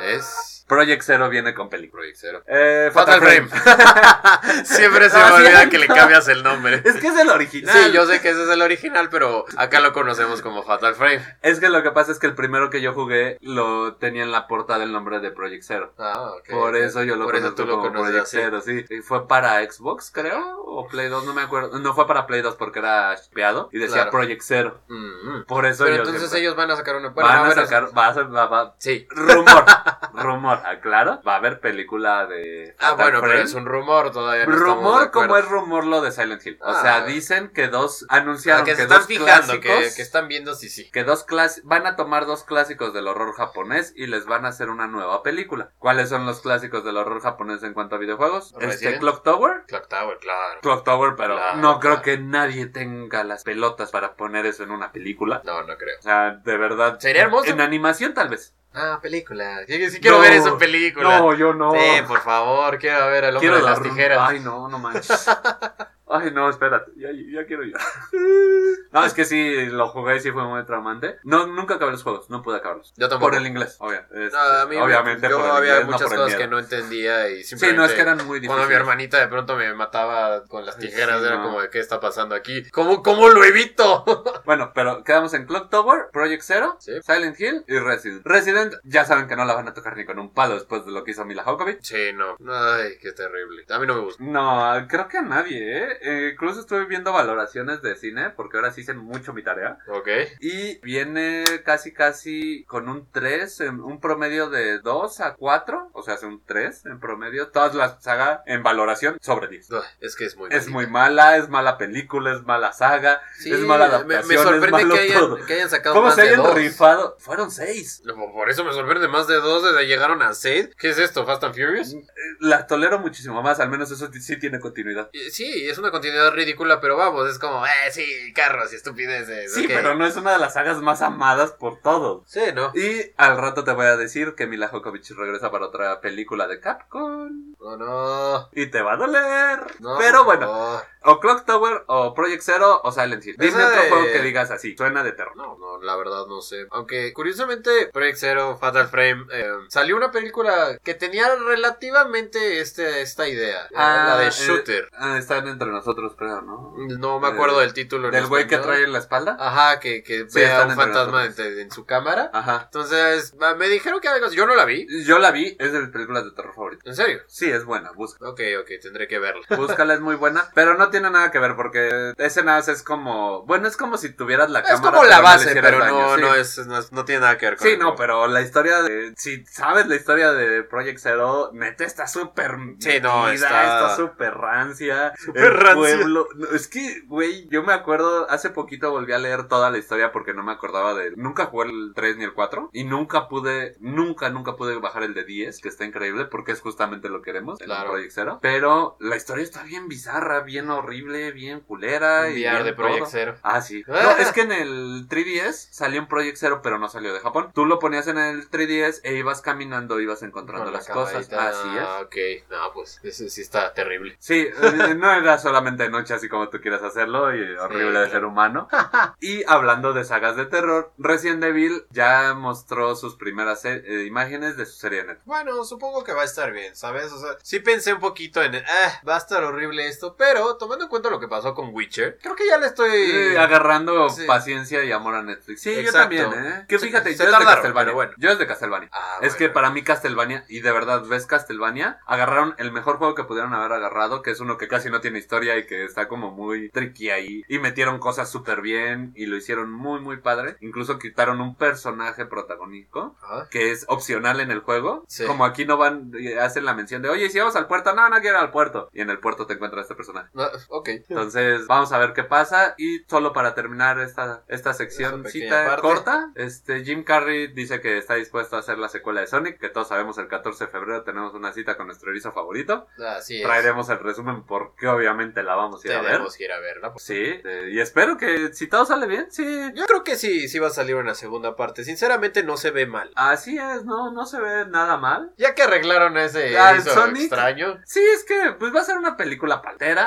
Speaker 2: Es.
Speaker 1: Project Zero viene con película.
Speaker 2: Project Zero.
Speaker 1: Eh,
Speaker 2: Fatal Frame. Siempre se me
Speaker 1: Así
Speaker 2: olvida
Speaker 1: es.
Speaker 2: que le cambias el nombre.
Speaker 1: es que es el original.
Speaker 2: Sí, yo sé que ese es el original, pero acá lo conocemos como Fatal Frame.
Speaker 1: Es que lo que pasa es que el primero que yo jugué lo tenía en la portada del nombre de Project Zero.
Speaker 2: Ah, ok.
Speaker 1: Por eso yo lo
Speaker 2: Por eso
Speaker 1: conozco
Speaker 2: tú lo
Speaker 1: como
Speaker 2: conoces
Speaker 1: Project
Speaker 2: así.
Speaker 1: Zero, sí. Y fue para Xbox, creo, o Play 2, no me acuerdo. No fue para Play 2 porque era shipeado y decía
Speaker 2: Claro.
Speaker 1: Project Zero.
Speaker 2: Mm, mm.
Speaker 1: Por eso
Speaker 2: Pero
Speaker 1: yo
Speaker 2: entonces
Speaker 1: siempre-
Speaker 2: ellos van a sacar una... Bueno,
Speaker 1: van a,
Speaker 2: ver,
Speaker 1: sacar, va a ser- va- va-
Speaker 2: Sí.
Speaker 1: rumor, rumor, aclaro, va a haber película de
Speaker 2: Ah,
Speaker 1: Fatal
Speaker 2: bueno,
Speaker 1: Frame.
Speaker 2: pero es un rumor todavía. no estamos de
Speaker 1: rumor como es
Speaker 2: acuerdo.
Speaker 1: rumor lo de Silent Hill. O
Speaker 2: Ah.
Speaker 1: sea, dicen que dos
Speaker 2: Ah,
Speaker 1: anunciaron
Speaker 2: que
Speaker 1: que,
Speaker 2: se están
Speaker 1: dos
Speaker 2: fijando, que,
Speaker 1: clásicos-
Speaker 2: que están viendo si sí.
Speaker 1: que dos clas van a tomar dos clásicos del horror japonés y les van a hacer una nueva película. ¿Cuáles son los clásicos del horror japonés en cuanto a videojuegos?
Speaker 2: Resident.
Speaker 1: Este Clock Tower.
Speaker 2: Clock Tower, claro.
Speaker 1: Clock Tower, pero
Speaker 2: Claro,
Speaker 1: no creo
Speaker 2: claro.
Speaker 1: que nadie tenga las pelotas para poner eso en una película.
Speaker 2: No, no creo.
Speaker 1: O sea, de verdad.
Speaker 2: Sería hermoso.
Speaker 1: En animación tal vez.
Speaker 2: Ah, película. Sí, sí quiero
Speaker 1: No.
Speaker 2: ver esa película.
Speaker 1: No, yo no.
Speaker 2: Sí, por favor, quiero ver al hombre
Speaker 1: quiero
Speaker 2: de las
Speaker 1: dar-
Speaker 2: tijeras.
Speaker 1: Ay, no, no manches. Ay, no, espérate. Ya, ya quiero ir. No, es que sí, lo jugué y sí fue muy traumante. No, nunca acabé los juegos. No pude acabarlos.
Speaker 2: Yo tampoco.
Speaker 1: Por el inglés, obvia- este,
Speaker 2: No, a mí,
Speaker 1: obviamente.
Speaker 2: yo
Speaker 1: por el
Speaker 2: había
Speaker 1: inglés, no
Speaker 2: muchas
Speaker 1: por el
Speaker 2: cosas que
Speaker 1: miedo.
Speaker 2: no entendía y
Speaker 1: Sí,
Speaker 2: simplemente...
Speaker 1: no, es que eran muy
Speaker 2: Cuando
Speaker 1: difíciles.
Speaker 2: mi hermanita de pronto me mataba con las
Speaker 1: Ay,
Speaker 2: tijeras,
Speaker 1: sí,
Speaker 2: era
Speaker 1: no.
Speaker 2: como de qué está pasando aquí. ¿Cómo, cómo lo evito?
Speaker 1: Bueno, pero quedamos en Clock Tower, Project Zero,
Speaker 2: Sí.
Speaker 1: Silent Hill y Resident. Resident, ya saben que no la van a tocar ni con un palo después de lo que hizo Mila Jokovic.
Speaker 2: sí, no. Ay, qué terrible. A mí no me gusta.
Speaker 1: No, creo que a nadie, ¿eh? eh, incluso estuve viendo valoraciones de cine, porque ahora sí hice mucho mi tarea.
Speaker 2: Ok.
Speaker 1: Y viene casi, casi con un 3, en un promedio de 2 a 4, o sea, hace un 3 en promedio. Todas las sagas en valoración sobre 10.
Speaker 2: Ugh, Es que es muy
Speaker 1: Es
Speaker 2: malita.
Speaker 1: muy mala, es mala película, es mala saga,
Speaker 2: Sí,
Speaker 1: es mala
Speaker 2: me-
Speaker 1: adaptación,
Speaker 2: Me,
Speaker 1: es
Speaker 2: sorprende
Speaker 1: malo
Speaker 2: que
Speaker 1: todo.
Speaker 2: hayan, que hayan sacado
Speaker 1: ¿Cómo
Speaker 2: más
Speaker 1: se
Speaker 2: de
Speaker 1: hayan
Speaker 2: dos.
Speaker 1: rifado? Fueron 6.
Speaker 2: No, Por eso me sorprende más de dos desde llegaron a seis. ¿Qué es esto? ¿Fast and Furious?
Speaker 1: Mm. La tolero muchísimo más, al menos eso sí tiene continuidad.
Speaker 2: Eh, Sí, es una continuidad ridícula, pero vamos, es como, eh, sí, carros y estupideces.
Speaker 1: Sí,
Speaker 2: ok.
Speaker 1: pero no es una de las sagas más amadas por todos.
Speaker 2: Sí, ¿no?
Speaker 1: Y al rato te voy a decir que Mila Jokovic regresa para otra película de Capcom.
Speaker 2: No, no.
Speaker 1: Y te va a doler.
Speaker 2: no,
Speaker 1: Pero
Speaker 2: por
Speaker 1: bueno,
Speaker 2: favor.
Speaker 1: o Clock Tower, o Project Zero, o Silent Hill. Dime
Speaker 2: Esa
Speaker 1: otro
Speaker 2: de-
Speaker 1: juego que digas así. Suena de terror.
Speaker 2: No, no, la verdad no sé. Aunque, curiosamente, Project Zero, Fatal Frame, eh, salió una película que tenía relativamente este, esta idea. eh,
Speaker 1: Ah,
Speaker 2: la
Speaker 1: eh,
Speaker 2: de Shooter.
Speaker 1: Ah, están entre nosotros, creo, ¿no?
Speaker 2: no me acuerdo
Speaker 1: eh,
Speaker 2: del título. en
Speaker 1: Del güey que
Speaker 2: español.
Speaker 1: trae en la espalda.
Speaker 2: Ajá, que, que
Speaker 1: Sí,
Speaker 2: ve a
Speaker 1: están
Speaker 2: un
Speaker 1: entre
Speaker 2: fantasma
Speaker 1: nosotros.
Speaker 2: en, en su cámara.
Speaker 1: Ajá.
Speaker 2: Entonces, ma- me dijeron que algo así. Yo no la vi.
Speaker 1: Yo la vi, es de mis películas de terror favoritas.
Speaker 2: ¿En serio?
Speaker 1: Sí, es buena, busca.
Speaker 2: Ok, ok, tendré que verla.
Speaker 1: Búscala, es muy buena, pero no tiene nada que ver porque escenas es como, bueno, es como si tuvieras la
Speaker 2: es
Speaker 1: cámara.
Speaker 2: como la
Speaker 1: no le
Speaker 2: base,
Speaker 1: hicieras
Speaker 2: pero
Speaker 1: daño,
Speaker 2: no,
Speaker 1: sí.
Speaker 2: no, es, no, no tiene nada que ver con
Speaker 1: Sí,
Speaker 2: el
Speaker 1: no,
Speaker 2: juego.
Speaker 1: pero la historia de. Si sabes la historia de Project Zero, neta está súper.
Speaker 2: Sí, no,
Speaker 1: metida,
Speaker 2: está-
Speaker 1: Está súper rancia.
Speaker 2: Súper
Speaker 1: el
Speaker 2: rancia.
Speaker 1: pueblo- no, es que, güey, yo me acuerdo. Hace poquito volví a leer toda la historia porque no me acordaba de. Nunca jugué el 3 ni el 4. Y nunca pude. Nunca, nunca pude bajar el de 10, que está increíble porque es justamente lo que queremos en
Speaker 2: Claro.
Speaker 1: Project Zero. Pero la historia está bien bizarra, bien horrible, bien culera. y
Speaker 2: VR
Speaker 1: bien
Speaker 2: de Project
Speaker 1: todo.
Speaker 2: Zero.
Speaker 1: Ah, sí. No, es que en el 3DS salió un Project Zero, pero no salió de Japón. Tú lo ponías en el 3DS e ibas caminando, ibas encontrando
Speaker 2: Con la
Speaker 1: las cosas.
Speaker 2: camarita.
Speaker 1: Así es.
Speaker 2: Ah, ok. No, pues, eso sí está terrible.
Speaker 1: Sí, eh, no era solamente noche así como tú quieras hacerlo y horrible de
Speaker 2: claro.
Speaker 1: ser humano. y hablando de sagas de terror, Resident Evil ya mostró sus primeras se- eh, imágenes de su serie neta.
Speaker 2: Bueno, supongo que va a estar bien, ¿sabes? O sea, sí pensé un poquito en, ah, va a estar horrible esto, pero tomando en cuenta lo que pasó con Witcher, creo que ya le estoy...
Speaker 1: agarrando
Speaker 2: Sí.
Speaker 1: paciencia y amor a Netflix. Sí, yo
Speaker 2: Exacto.
Speaker 1: también, ¿eh? Que
Speaker 2: Se-
Speaker 1: fíjate,
Speaker 2: se
Speaker 1: yo es de
Speaker 2: tardaron,
Speaker 1: Castlevania.
Speaker 2: pero bueno.
Speaker 1: Yo es de Castlevania.
Speaker 2: Ah,
Speaker 1: Es
Speaker 2: bueno.
Speaker 1: que para mí Castlevania, y de verdad ves Castlevania, agarraron el mejor juego que pudieron haber agarrado, que es uno que casi no tiene historia y que está como muy tricky ahí, y metieron cosas súper bien y lo hicieron muy muy padre, incluso quitaron un personaje protagónico
Speaker 2: Ajá.
Speaker 1: que es opcional en el juego,
Speaker 2: Sí.
Speaker 1: como aquí no van, eh, hacen la mención de, oye, si vamos al puerto, no, no quiero ir al puerto, y en el puerto te encuentras este personaje.
Speaker 2: No, ok.
Speaker 1: Entonces, vamos a ver qué pasa. Y solo para terminar esta, esta
Speaker 2: Esa pequeña
Speaker 1: seccióncita
Speaker 2: parte.
Speaker 1: corta, este Jim Carrey dice que está dispuesto a hacer la secuela de Sonic, que todos sabemos el 14 de febrero tenemos una cita con nuestro erizo favorito.
Speaker 2: Así Ah, es.
Speaker 1: Traeremos el resumen porque obviamente la vamos a ir a ver.
Speaker 2: Tenemos que ir a verla.
Speaker 1: Sí, eh, y espero que si todo sale bien, sí.
Speaker 2: Yo creo que sí, sí va a salir una segunda parte. Sinceramente no se ve mal.
Speaker 1: Así es, no, no se ve nada mal.
Speaker 2: Ya que arreglaron ese
Speaker 1: Al
Speaker 2: erizo
Speaker 1: Sonic.
Speaker 2: extraño.
Speaker 1: Sí, es que pues va a ser una película pantera.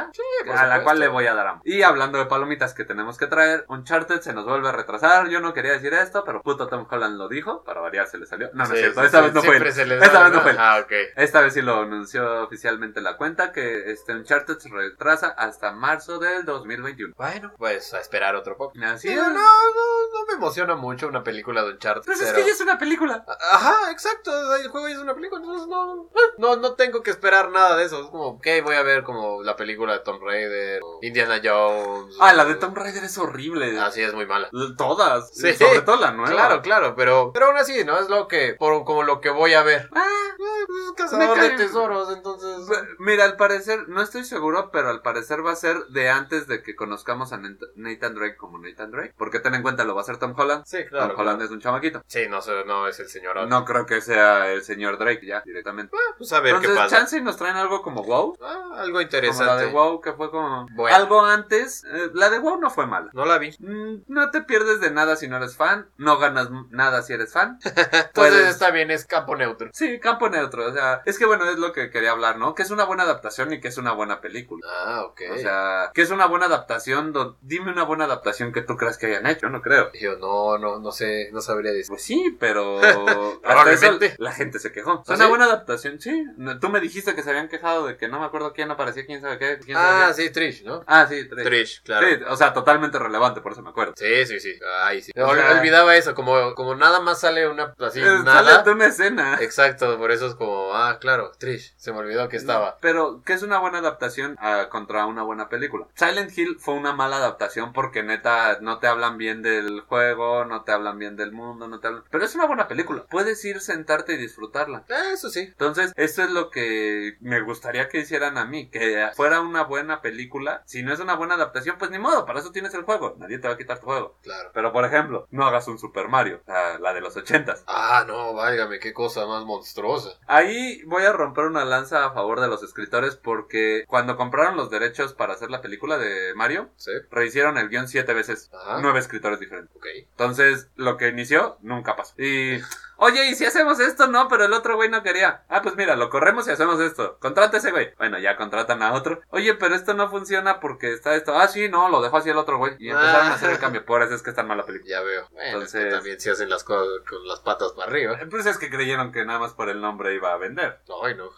Speaker 2: por
Speaker 1: a la
Speaker 2: supuesto.
Speaker 1: cual le voy a dar amor. Y hablando de palomitas que tenemos que traer, Uncharted se nos vuelve a retrasar. Yo no quería decir esto, pero puto Tom Holland lo dijo. Para variar, se le salió. No, no
Speaker 2: Sí,
Speaker 1: es cierto.
Speaker 2: sí,
Speaker 1: Esta
Speaker 2: sí,
Speaker 1: vez no fue
Speaker 2: siempre
Speaker 1: él.
Speaker 2: se les
Speaker 1: Esta
Speaker 2: da,
Speaker 1: vez no
Speaker 2: ¿no?
Speaker 1: fue él.
Speaker 2: Ah, ok.
Speaker 1: Esta vez sí lo anunció oficialmente la cuenta que este Uncharted se retrasa hasta marzo del 2021.
Speaker 2: Bueno, pues a esperar otro poco.
Speaker 1: Así
Speaker 2: Digo,
Speaker 1: es.
Speaker 2: no, no, no me emociona mucho una película de Uncharted.
Speaker 1: Pues es
Speaker 2: pero-
Speaker 1: que ya es una película.
Speaker 2: Ajá, exacto. o sea, El juego ya es una película, entonces no, no, no tengo que esperar nada de eso. Es como, ok, voy a ver como la película de Tomb Raider, o Indiana Jones.
Speaker 1: Ah, la
Speaker 2: o-
Speaker 1: de Tomb Raider es horrible.
Speaker 2: Así es muy mala.
Speaker 1: Todas.
Speaker 2: Ah, Sí.
Speaker 1: Sobre todo la nueva.
Speaker 2: Claro, claro, pero, pero aún así, ¿no? Es lo que, por, como lo que voy a ver.
Speaker 1: Ah,
Speaker 2: Es
Speaker 1: cazador de
Speaker 2: Pues, de tesoros, entonces.
Speaker 1: Mira, al parecer, no estoy seguro, pero al parecer va a ser de antes de que conozcamos a Nat- Nathan Drake como Nathan Drake. Porque ten en cuenta, lo va a hacer Tom Holland.
Speaker 2: Sí,
Speaker 1: Tom Holland es un chamaquito.
Speaker 2: Sí, no sé, no es el señor.
Speaker 1: No creo que sea el señor Drake ya directamente.
Speaker 2: Pues a ver
Speaker 1: Entonces,
Speaker 2: qué pasa.
Speaker 1: chance y nos traen algo como wow.
Speaker 2: Ah, algo
Speaker 1: Como la
Speaker 2: interesante.
Speaker 1: de wow, que fue como
Speaker 2: Bueno.
Speaker 1: algo antes. Eh, la de wow no fue mala.
Speaker 2: No la vi.
Speaker 1: Mm, No te pierdes de nada si no eres fan. No ganas m- nada si eres fan.
Speaker 2: Entonces
Speaker 1: Puedes-
Speaker 2: está bien, es campo neutro.
Speaker 1: Sí, campo neutro. O sea, es que bueno, es lo que quería hablar, ¿no? Que es una buena adaptación y que es una buena película.
Speaker 2: Ah, ok.
Speaker 1: O sea, que es una buena adaptación. do- Dime una buena adaptación que tú creas que hayan hecho, no creo.
Speaker 2: Yo no, no, no sé, no sabría decir.
Speaker 1: Pues sí, pero hasta eso
Speaker 2: Probablemente.
Speaker 1: la gente se quejó. O sea,
Speaker 2: ¿Ah,
Speaker 1: una
Speaker 2: sí?
Speaker 1: buena adaptación, sí. No, Tú me dijiste que se habían quejado de que no me acuerdo quién quién aparecía, quién sabe qué. ¿Quién sabe
Speaker 2: Ah,
Speaker 1: qué.
Speaker 2: sí, Trish, ¿no?
Speaker 1: ah, sí, Trish.
Speaker 2: Trish, claro.
Speaker 1: Sí, o sea, totalmente relevante, por eso me acuerdo.
Speaker 2: Sí, sí, sí. Ay, sí.
Speaker 1: O
Speaker 2: Ol-
Speaker 1: sea-
Speaker 2: olvidaba eso, como, como nada más sale una así,
Speaker 1: Eh,
Speaker 2: nada.
Speaker 1: Sale de una escena.
Speaker 2: Exacto, por eso es como, ah, claro, Trish, se me olvidó que estaba.
Speaker 1: Pero que es una buena adaptación ah, contra una buena película. Silent Hill fue una mala adaptación porque neta no te hablan bien del juego, no te hablan bien del mundo, no te hablan... Pero es una buena película. Puedes ir, sentarte y disfrutarla.
Speaker 2: Eh, eso sí.
Speaker 1: Entonces, esto es lo que me gustaría que hicieran a mí, que fuera una buena película. Si no es una buena adaptación, pues ni modo, para eso tienes el juego. Nadie te va a quitar tu juego.
Speaker 2: Claro.
Speaker 1: Pero, por ejemplo, no hagas un Super Mario, la, la de los ochentas.
Speaker 2: Ah, no, válgame, qué cosa más monstruosa.
Speaker 1: Ahí voy a romper una lanza a favor de los escritores porque cuando compraron los derechos para hacer la película de Mario,
Speaker 2: Sí.
Speaker 1: rehicieron el guión siete veces.
Speaker 2: Ajá.
Speaker 1: Nueve escritores diferentes.
Speaker 2: Ok.
Speaker 1: Entonces, lo que inició nunca pasó. Y, oye, ¿y si hacemos esto? No, pero el otro güey no quería. Ah, pues mira, lo corremos y hacemos esto. Contrata a ese güey. Bueno, ya contratan a otro. Oye, pero esto no funciona porque está esto. Ah, sí, no, lo dejó así el otro güey. Y empezaron a hacer el cambio. Por eso es que es tan mala película.
Speaker 2: Ya veo. Bueno,
Speaker 1: Entonces-
Speaker 2: es que también se hacen las cosas con las patas para arriba.
Speaker 1: Pues es que creyeron que nada más por el nombre iba a vender.
Speaker 2: Ay, no.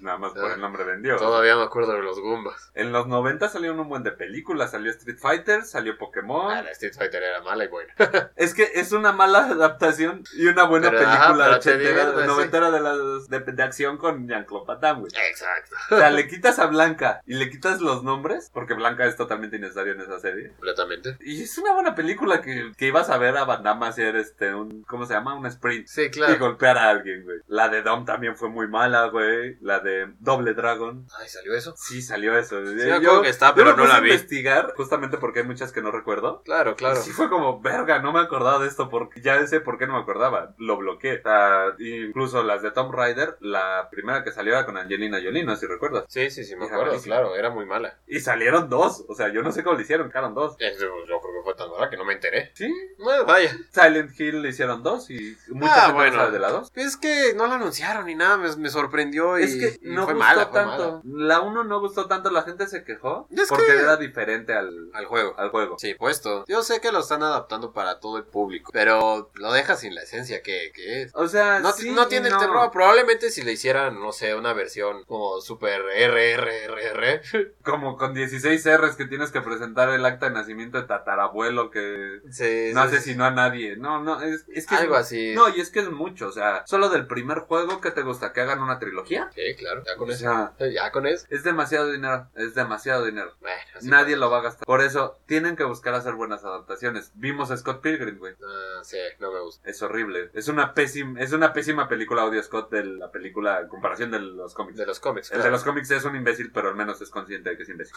Speaker 1: Nada más por el nombre vendió.
Speaker 2: Todavía me acuerdo de los Goombas.
Speaker 1: En los 90 salieron un buen de películas, salió Street Fighter, salió Pokémon.
Speaker 2: Ah, la Street Fighter era mala y buena.
Speaker 1: Es que es una mala adaptación y una buena
Speaker 2: Pero, ajá,
Speaker 1: película
Speaker 2: pero te
Speaker 1: ochentera,
Speaker 2: diviertes, sí.
Speaker 1: noventera de, las, de, de acción con Jean-Claude Van Damme, güey.
Speaker 2: Exacto.
Speaker 1: O sea, le quitas a Blanca y le quitas los nombres, porque Blanca es totalmente innecesaria en esa serie.
Speaker 2: Completamente.
Speaker 1: Y es una buena película que, que ibas a ver a Van Damme hacer este, un, ¿cómo se llama? Un sprint.
Speaker 2: Sí,
Speaker 1: Y
Speaker 2: claro.
Speaker 1: golpear a alguien, güey. La de Dom también fue muy mala, güey. La de Doble Dragon.
Speaker 2: Ay, salió eso.
Speaker 1: Sí, salió eso. Eh,
Speaker 2: me acuerdo que está, pero
Speaker 1: me
Speaker 2: no
Speaker 1: puse
Speaker 2: la
Speaker 1: a
Speaker 2: vi.
Speaker 1: investigar, justamente porque hay muchas que no recuerdo.
Speaker 2: Claro, claro.
Speaker 1: Y Sí fue como, verga, no me acordaba de esto, porque ya sé por qué no me acordaba. Lo bloqueé. O sea, incluso las de Tom Rider, la primera que salió era con Angelina Jolie, no sé si recuerdas.
Speaker 2: Sí, sí, sí, me
Speaker 1: Era
Speaker 2: acuerdo.
Speaker 1: malísima.
Speaker 2: Claro, era muy mala.
Speaker 1: Y salieron dos, o sea, yo no sé cómo le hicieron, quedaron dos.
Speaker 2: Eh, Yo yo creo que fue tan mala que no me enteré.
Speaker 1: Sí,
Speaker 2: Bueno, vaya.
Speaker 1: Silent Hill le hicieron dos y mucha
Speaker 2: Ah,
Speaker 1: gente no
Speaker 2: bueno.
Speaker 1: sabe de la dos.
Speaker 2: Es que no la anunciaron ni nada, me, me sorprendió y,
Speaker 1: Es que
Speaker 2: y
Speaker 1: no
Speaker 2: fue
Speaker 1: gustó
Speaker 2: mala, fue
Speaker 1: tanto. La uno no gustó tanto, la gente se quejó
Speaker 2: Es
Speaker 1: porque
Speaker 2: que-
Speaker 1: era diferente al,
Speaker 2: mala. Al juego.
Speaker 1: al juego.
Speaker 2: Sí, puesto. Yo sé que lo están adaptando para todo el público, pero lo deja sin la esencia que, que es.
Speaker 1: O sea,
Speaker 2: No,
Speaker 1: sí
Speaker 2: no
Speaker 1: y
Speaker 2: tiene el
Speaker 1: no.
Speaker 2: terror. Probablemente si le hicieran, no sé, una versión como super RRRR.
Speaker 1: Como con 16 R's que tienes que presentar el acta de nacimiento de tatarabuelo que
Speaker 2: Sí,
Speaker 1: no
Speaker 2: sí, sí.
Speaker 1: asesinó a nadie. No, no, es, es que... es-
Speaker 2: Algo así.
Speaker 1: No, y es que es mucho, o sea, solo del primer juego que te gusta que hagan una trilogía.
Speaker 2: Sí, claro. Ya con
Speaker 1: O
Speaker 2: eso.
Speaker 1: sea,
Speaker 2: Ya con eso.
Speaker 1: es demasiado dinero, es demasiado dinero.
Speaker 2: Bueno, así
Speaker 1: Nadie lo va a gastar. Por eso, tienen que buscar hacer buenas adaptaciones. Vimos a Scott Pilgrim, güey.
Speaker 2: Ah, sí, no me gusta.
Speaker 1: Es horrible. Es una pésima, es una pésima película audio Scott de la película en comparación de los cómics.
Speaker 2: De los cómics.
Speaker 1: El
Speaker 2: claro.
Speaker 1: de los cómics es un imbécil, pero al menos es consciente de que es imbécil.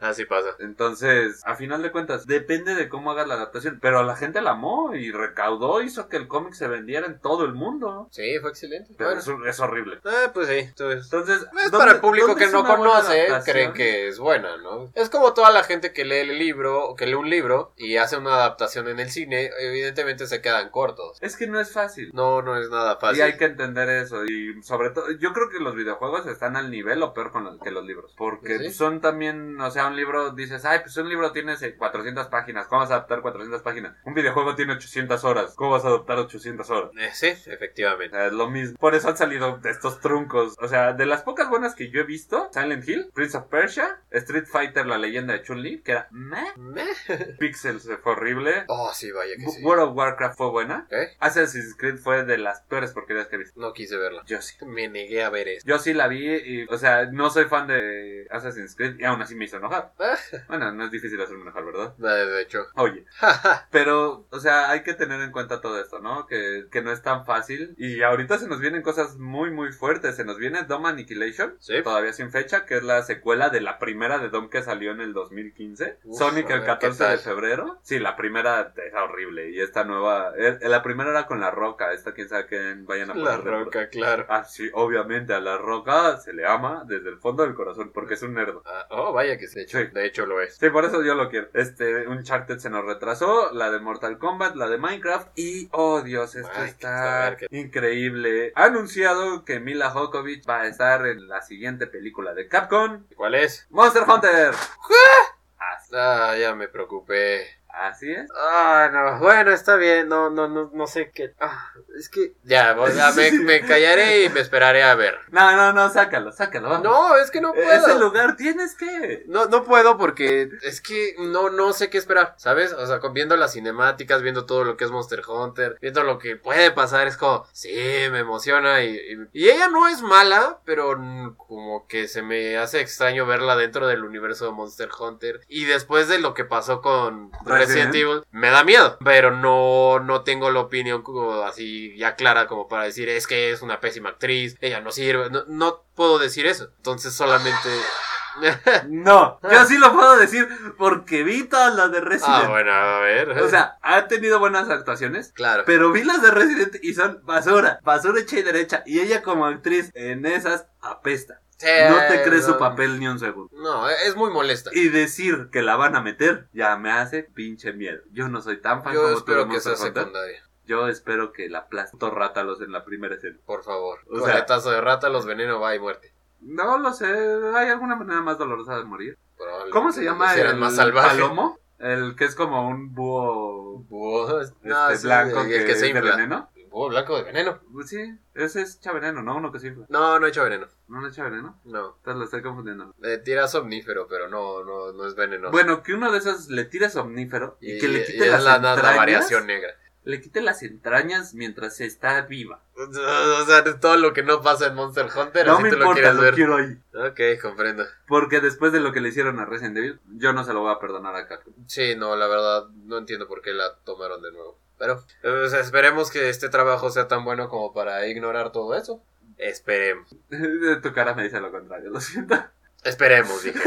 Speaker 2: Así pasa.
Speaker 1: Entonces, a final de cuentas, depende de cómo hagas la adaptación. Pero la gente la amó y recaudó, hizo que el cómic se vendiera en todo el mundo.
Speaker 2: Sí, fue excelente.
Speaker 1: Pero
Speaker 2: Bueno.
Speaker 1: es, es horrible.
Speaker 2: Ah, pues sí. Entonces,
Speaker 1: Entonces,
Speaker 2: Es
Speaker 1: ¿dónde-
Speaker 2: para el público
Speaker 1: dónde
Speaker 2: que
Speaker 1: es
Speaker 2: no
Speaker 1: una buena
Speaker 2: conoce,
Speaker 1: adaptación?
Speaker 2: cree que es buena, ¿no? Es como toda la gente que lee el libro, o que lee un libro y hace una adaptación en el cine, evidentemente se quedan cortos.
Speaker 1: Es que no es fácil.
Speaker 2: No, no es nada
Speaker 1: Y
Speaker 2: fácil.
Speaker 1: hay que entender eso. Y sobre todo, yo creo que los videojuegos están al nivel o peor con los- que los libros. Porque
Speaker 2: Sí.
Speaker 1: son también, o sea, un libro dices, ay, pues un libro tiene eh, 400 páginas. ¿Cómo vas a adaptar 400 páginas? Un videojuego tiene 800 horas. ¿Cómo vas a adaptar 800 horas?
Speaker 2: Eh, sí, efectivamente.
Speaker 1: O sea, es lo mismo. Por eso han salido estos truncos. O sea, de las pocas buenas que yo he visto, Silent Hill, Prince of Persia, Street Fighter, la leyenda de Chun-Li, que era meh.
Speaker 2: Meh.
Speaker 1: Pixels fue horrible.
Speaker 2: Oh, sí, vaya que sí.
Speaker 1: World of Warcraft fue buena.
Speaker 2: ¿Eh?
Speaker 1: Assassin's Creed fue de las peores porquerías que he visto.
Speaker 2: No quise verla.
Speaker 1: Yo sí.
Speaker 2: Me negué a ver eso.
Speaker 1: Yo sí la vi y, o sea, no soy fan de Assassin's Creed y aún así me hizo enojar.
Speaker 2: Ah.
Speaker 1: Bueno, no es difícil hacerme enojar, ¿verdad?
Speaker 2: Ah, De hecho.
Speaker 1: Oye, Pero, o sea, hay que tener en cuenta todo esto, ¿no? Que, que no es tan fácil. Y ahorita se nos vienen cosas muy, muy fuertes. Se nos viene Dom Annihilation,
Speaker 2: sí.
Speaker 1: todavía sin fecha, que es la secuela de la primera de Dom que salió en el 2015.
Speaker 2: Uf,
Speaker 1: Sonic
Speaker 2: a
Speaker 1: el
Speaker 2: ver,
Speaker 1: 14
Speaker 2: ¿qué
Speaker 1: de
Speaker 2: tal?
Speaker 1: febrero. Sí, la primera era horrible. Y esta nueva... eh, La primera era con La Roca. Esta quién sabe quién vayan a
Speaker 2: La
Speaker 1: poner de-
Speaker 2: roca, claro.
Speaker 1: Ah, sí, obviamente a La Roca se le ama desde el fondo del corazón porque es un nerdo.
Speaker 2: Ah, oh, vaya que sí. De hecho,
Speaker 1: Sí.
Speaker 2: de hecho lo es.
Speaker 1: Sí, por eso yo lo quiero. Este, Uncharted se nos retrasó, la de Mortal Kombat, la de Minecraft y, oh Dios, esto
Speaker 2: Ay, a
Speaker 1: está
Speaker 2: ver qué-
Speaker 1: increíble. Ha anunciado que Mila Jokovic va a estar en la siguiente película de Capcom,
Speaker 2: ¿Cuál es?
Speaker 1: Monster Hunter. Ah,
Speaker 2: Ah, ya me preocupé.
Speaker 1: Así es.
Speaker 2: Ah, no. Bueno, está bien. No, no, no, no sé qué. Ah, es que. Ya, o sea, me, me callaré y me esperaré a ver.
Speaker 1: No, no, no, sácalo, sácalo. vamos.
Speaker 2: No, es que no
Speaker 1: E-
Speaker 2: puedo.
Speaker 1: Ese lugar tienes que.
Speaker 2: No, no puedo porque es que no, no sé qué esperar, ¿sabes? O sea, con- viendo las cinemáticas, viendo todo lo que es Monster Hunter, viendo lo que puede pasar, es como, sí, me emociona y, y, y ella no es mala, pero mm, como que se me hace extraño verla dentro del universo de Monster Hunter y después de lo que pasó con Resident,
Speaker 1: Resident.
Speaker 2: Evil, me da miedo, pero no, no tengo la opinión como así ya clara como para decir, es que es una pésima actriz, ella no sirve, no, no puedo decir eso, entonces solamente...
Speaker 1: No, yo sí lo puedo decir porque vi todas las de
Speaker 2: Ah,
Speaker 1: Resident.
Speaker 2: bueno, a ver.
Speaker 1: O sea, ha tenido buenas actuaciones.
Speaker 2: claro.
Speaker 1: Pero vi las de Resident y son basura, basura hecha y derecha. Y ella como actriz en esas apesta. No
Speaker 2: Eh,
Speaker 1: te crees su papel ni un segundo.
Speaker 2: No, es muy molesta.
Speaker 1: Y decir que la van a meter ya me hace pinche miedo. Yo no soy tan fan
Speaker 2: Yo
Speaker 1: como tú
Speaker 2: espero
Speaker 1: de
Speaker 2: que sea
Speaker 1: Monster Hunter.
Speaker 2: secundaria,
Speaker 1: Yo espero que la aplaste rátalos en la primera escena.
Speaker 2: por favor.
Speaker 1: O sea-
Speaker 2: Coletazo de rata, los veneno va y muerte.
Speaker 1: No lo sé, hay alguna manera más dolorosa de morir.
Speaker 2: Probablemente
Speaker 1: ¿Cómo se
Speaker 2: lo
Speaker 1: llama
Speaker 2: hicieran
Speaker 1: el
Speaker 2: más salvaje?
Speaker 1: palomo? El que es como un búho
Speaker 2: Búho,
Speaker 1: este,
Speaker 2: no, sí,
Speaker 1: blanco
Speaker 2: el
Speaker 1: que,
Speaker 2: que, se
Speaker 1: es de
Speaker 2: infla.
Speaker 1: veneno.
Speaker 2: Búho blanco de veneno.
Speaker 1: Pues sí, ese es echa veneno, ¿no? Uno que se infla.
Speaker 2: No, no echa veneno.
Speaker 1: ¿No no echa veneno?
Speaker 2: No.
Speaker 1: Entonces lo estoy confundiendo.
Speaker 2: Le tira somnífero, pero no, no, no es veneno.
Speaker 1: Bueno, que uno de esos le tire somnífero y, que le quite
Speaker 2: y es
Speaker 1: las
Speaker 2: la, la- la
Speaker 1: entrañas.
Speaker 2: variación negra.
Speaker 1: Le quite las entrañas mientras está viva.
Speaker 2: O sea, todo lo que no pasa en Monster Hunter,
Speaker 1: no
Speaker 2: así
Speaker 1: me
Speaker 2: te
Speaker 1: importa,
Speaker 2: lo
Speaker 1: lo,
Speaker 2: quieres ver.
Speaker 1: quiero ahí.
Speaker 2: Ok, comprendo.
Speaker 1: Porque después de lo que le hicieron a Resident Evil, yo no se lo voy a perdonar a Capcom.
Speaker 2: Sí, no, la verdad, no entiendo por qué la tomaron de nuevo. Pero eh, o sea, esperemos que este trabajo sea tan bueno como para ignorar todo eso. Esperemos.
Speaker 1: tu cara me dice lo contrario, lo siento.
Speaker 2: Esperemos, dije.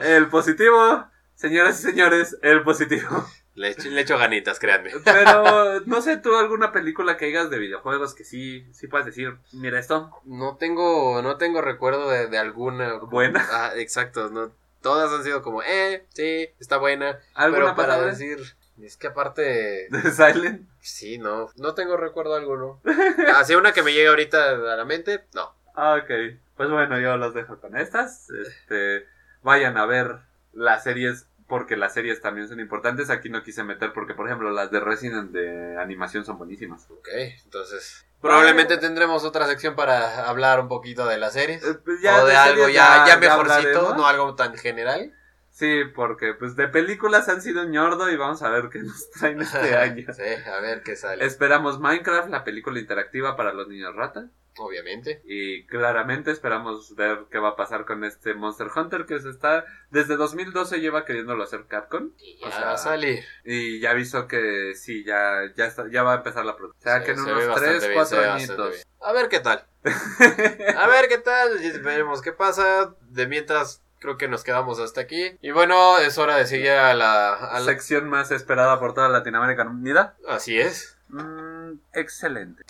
Speaker 1: el positivo, señoras y señores, el positivo.
Speaker 2: le, echo- le echo ganitas, créanme.
Speaker 1: Pero no sé tú alguna película que digas de videojuegos que sí, sí puedas decir, mira esto,
Speaker 2: No tengo, no tengo recuerdo de, de alguna.
Speaker 1: buena.
Speaker 2: Ah, exacto, no. Todas han sido como, eh, sí, está buena.
Speaker 1: ¿Alguna
Speaker 2: Pero para
Speaker 1: palabra?
Speaker 2: decir, es que aparte,
Speaker 1: Silent.
Speaker 2: sí, no, no tengo recuerdo alguno. Así una que me llegue ahorita a la mente, no.
Speaker 1: Ah, Ok, pues bueno, yo los dejo con estas. Este, vayan a ver las series porque las series también son importantes. Aquí no quise meter porque, por ejemplo, las de Resident de animación son buenísimas.
Speaker 2: Ok, entonces. Probablemente tendremos otra sección para hablar un poquito de las series.
Speaker 1: Eh, pues
Speaker 2: o de, algo
Speaker 1: series
Speaker 2: ya, ya mejorcito,
Speaker 1: hablaremos.
Speaker 2: no algo tan general.
Speaker 1: Sí, porque pues de películas han sido un ñordo y vamos a ver qué nos traen este año.
Speaker 2: sí, a ver qué sale.
Speaker 1: Esperamos Minecraft, la película interactiva para los niños rata.
Speaker 2: Obviamente.
Speaker 1: Y claramente esperamos ver qué va a pasar con este Monster Hunter que se está... Desde 2012 lleva queriéndolo hacer Capcom.
Speaker 2: Y
Speaker 1: O
Speaker 2: ya
Speaker 1: sea,
Speaker 2: va a salir.
Speaker 1: Y ya avisó que sí, ya, ya, está- ya va a empezar la producción. O sea,
Speaker 2: Se-
Speaker 1: que en
Speaker 2: se ve
Speaker 1: unos
Speaker 2: bastante
Speaker 1: 3,
Speaker 2: bien, se
Speaker 1: 4
Speaker 2: ve bastante
Speaker 1: añitos.
Speaker 2: bien. A ver qué tal. A ver qué tal. y Veremos qué pasa. De mientras, creo que nos quedamos hasta aquí. Y bueno, es hora de seguir a la. a la-
Speaker 1: Sección más esperada por toda Latinoamérica Unida.
Speaker 2: Así es.
Speaker 1: Mm, excelente.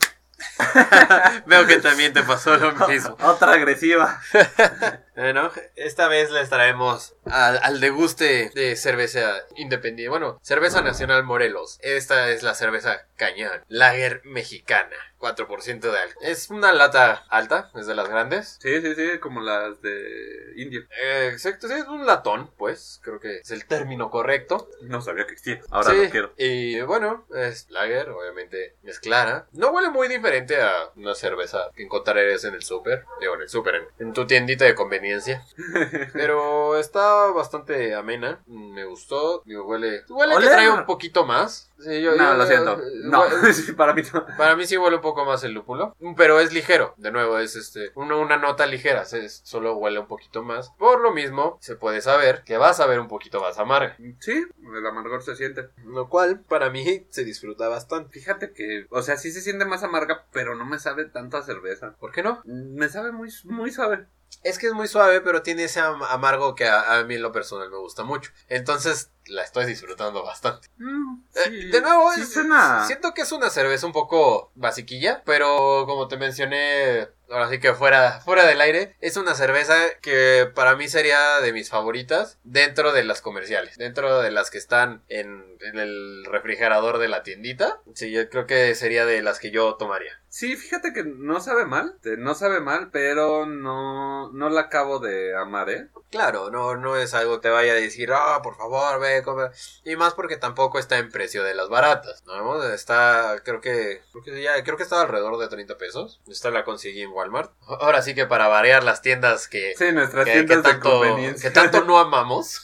Speaker 2: Veo que también te pasó lo mismo.
Speaker 1: Otra agresiva.
Speaker 2: Bueno, Eh, esta vez les traemos al, al deguste de cerveza independiente. Bueno, cerveza nacional Morelos. Esta es la cerveza Cañón, lager mexicana, 4% de alcohol. Es una lata alta, es de las grandes.
Speaker 1: Sí, sí, sí, como las de India.
Speaker 2: Eh, Exacto, sí, es un latón, pues, creo que es el término correcto.
Speaker 1: No sabía que existía. Ahora
Speaker 2: Sí,
Speaker 1: lo quiero.
Speaker 2: Y bueno, es lager, obviamente es clara. No huele muy diferente a una cerveza que encontrarías en el súper, digo, en el súper, en- en tu tiendita de conveniencia. Pero está bastante amena. mm, Me gustó. Digo, huele. Huele que
Speaker 1: Oler.
Speaker 2: trae un poquito más. Sí, yo-
Speaker 1: no,
Speaker 2: yo-
Speaker 1: lo siento.
Speaker 2: eh,
Speaker 1: No,
Speaker 2: hue-
Speaker 1: sí, para mí no.
Speaker 2: Para mí sí huele un poco más el lúpulo. Pero es ligero. De nuevo, es este una, una nota ligera. se- solo huele un poquito más. Por lo mismo, se puede saber que va a saber un poquito más amarga.
Speaker 1: Sí, el amargor se siente.
Speaker 2: Lo cual, para mí, se disfruta bastante.
Speaker 1: Fíjate que, o sea, sí se siente más amarga, pero no me sabe tanto a cerveza.
Speaker 2: ¿Por qué no?
Speaker 1: Me sabe muy, muy suave.
Speaker 2: Es que es muy suave, pero tiene ese am- amargo que a, a mí en lo personal me gusta mucho. Entonces, la estoy disfrutando bastante.
Speaker 1: Mm,
Speaker 2: Eh,
Speaker 1: sí,
Speaker 2: de nuevo,
Speaker 1: sí
Speaker 2: es-
Speaker 1: suena-
Speaker 2: siento que es una cerveza un poco basiquilla, pero como te mencioné, ahora sí que fuera, fuera del aire, es una cerveza que para mí sería de mis favoritas dentro de las comerciales, dentro de las que están en, en el refrigerador de la tiendita. Sí, yo creo que sería de las que yo tomaría.
Speaker 1: Sí, fíjate que no sabe mal, te- no sabe mal, pero no, no la acabo de amar, ¿eh?
Speaker 2: Claro, no, no es algo que te vaya a decir, ah, por favor, ve, compra. Y más porque tampoco está en precio de las baratas, ¿no? Está, creo que, creo que ya, creo que está alrededor de 30 pesos. Esta la conseguí en Walmart. Ahora sí que para variar las tiendas que,
Speaker 1: Sí, nuestras
Speaker 2: que, que
Speaker 1: tiendas de
Speaker 2: Eh, tanto,
Speaker 1: conveniencia.
Speaker 2: que tanto no amamos.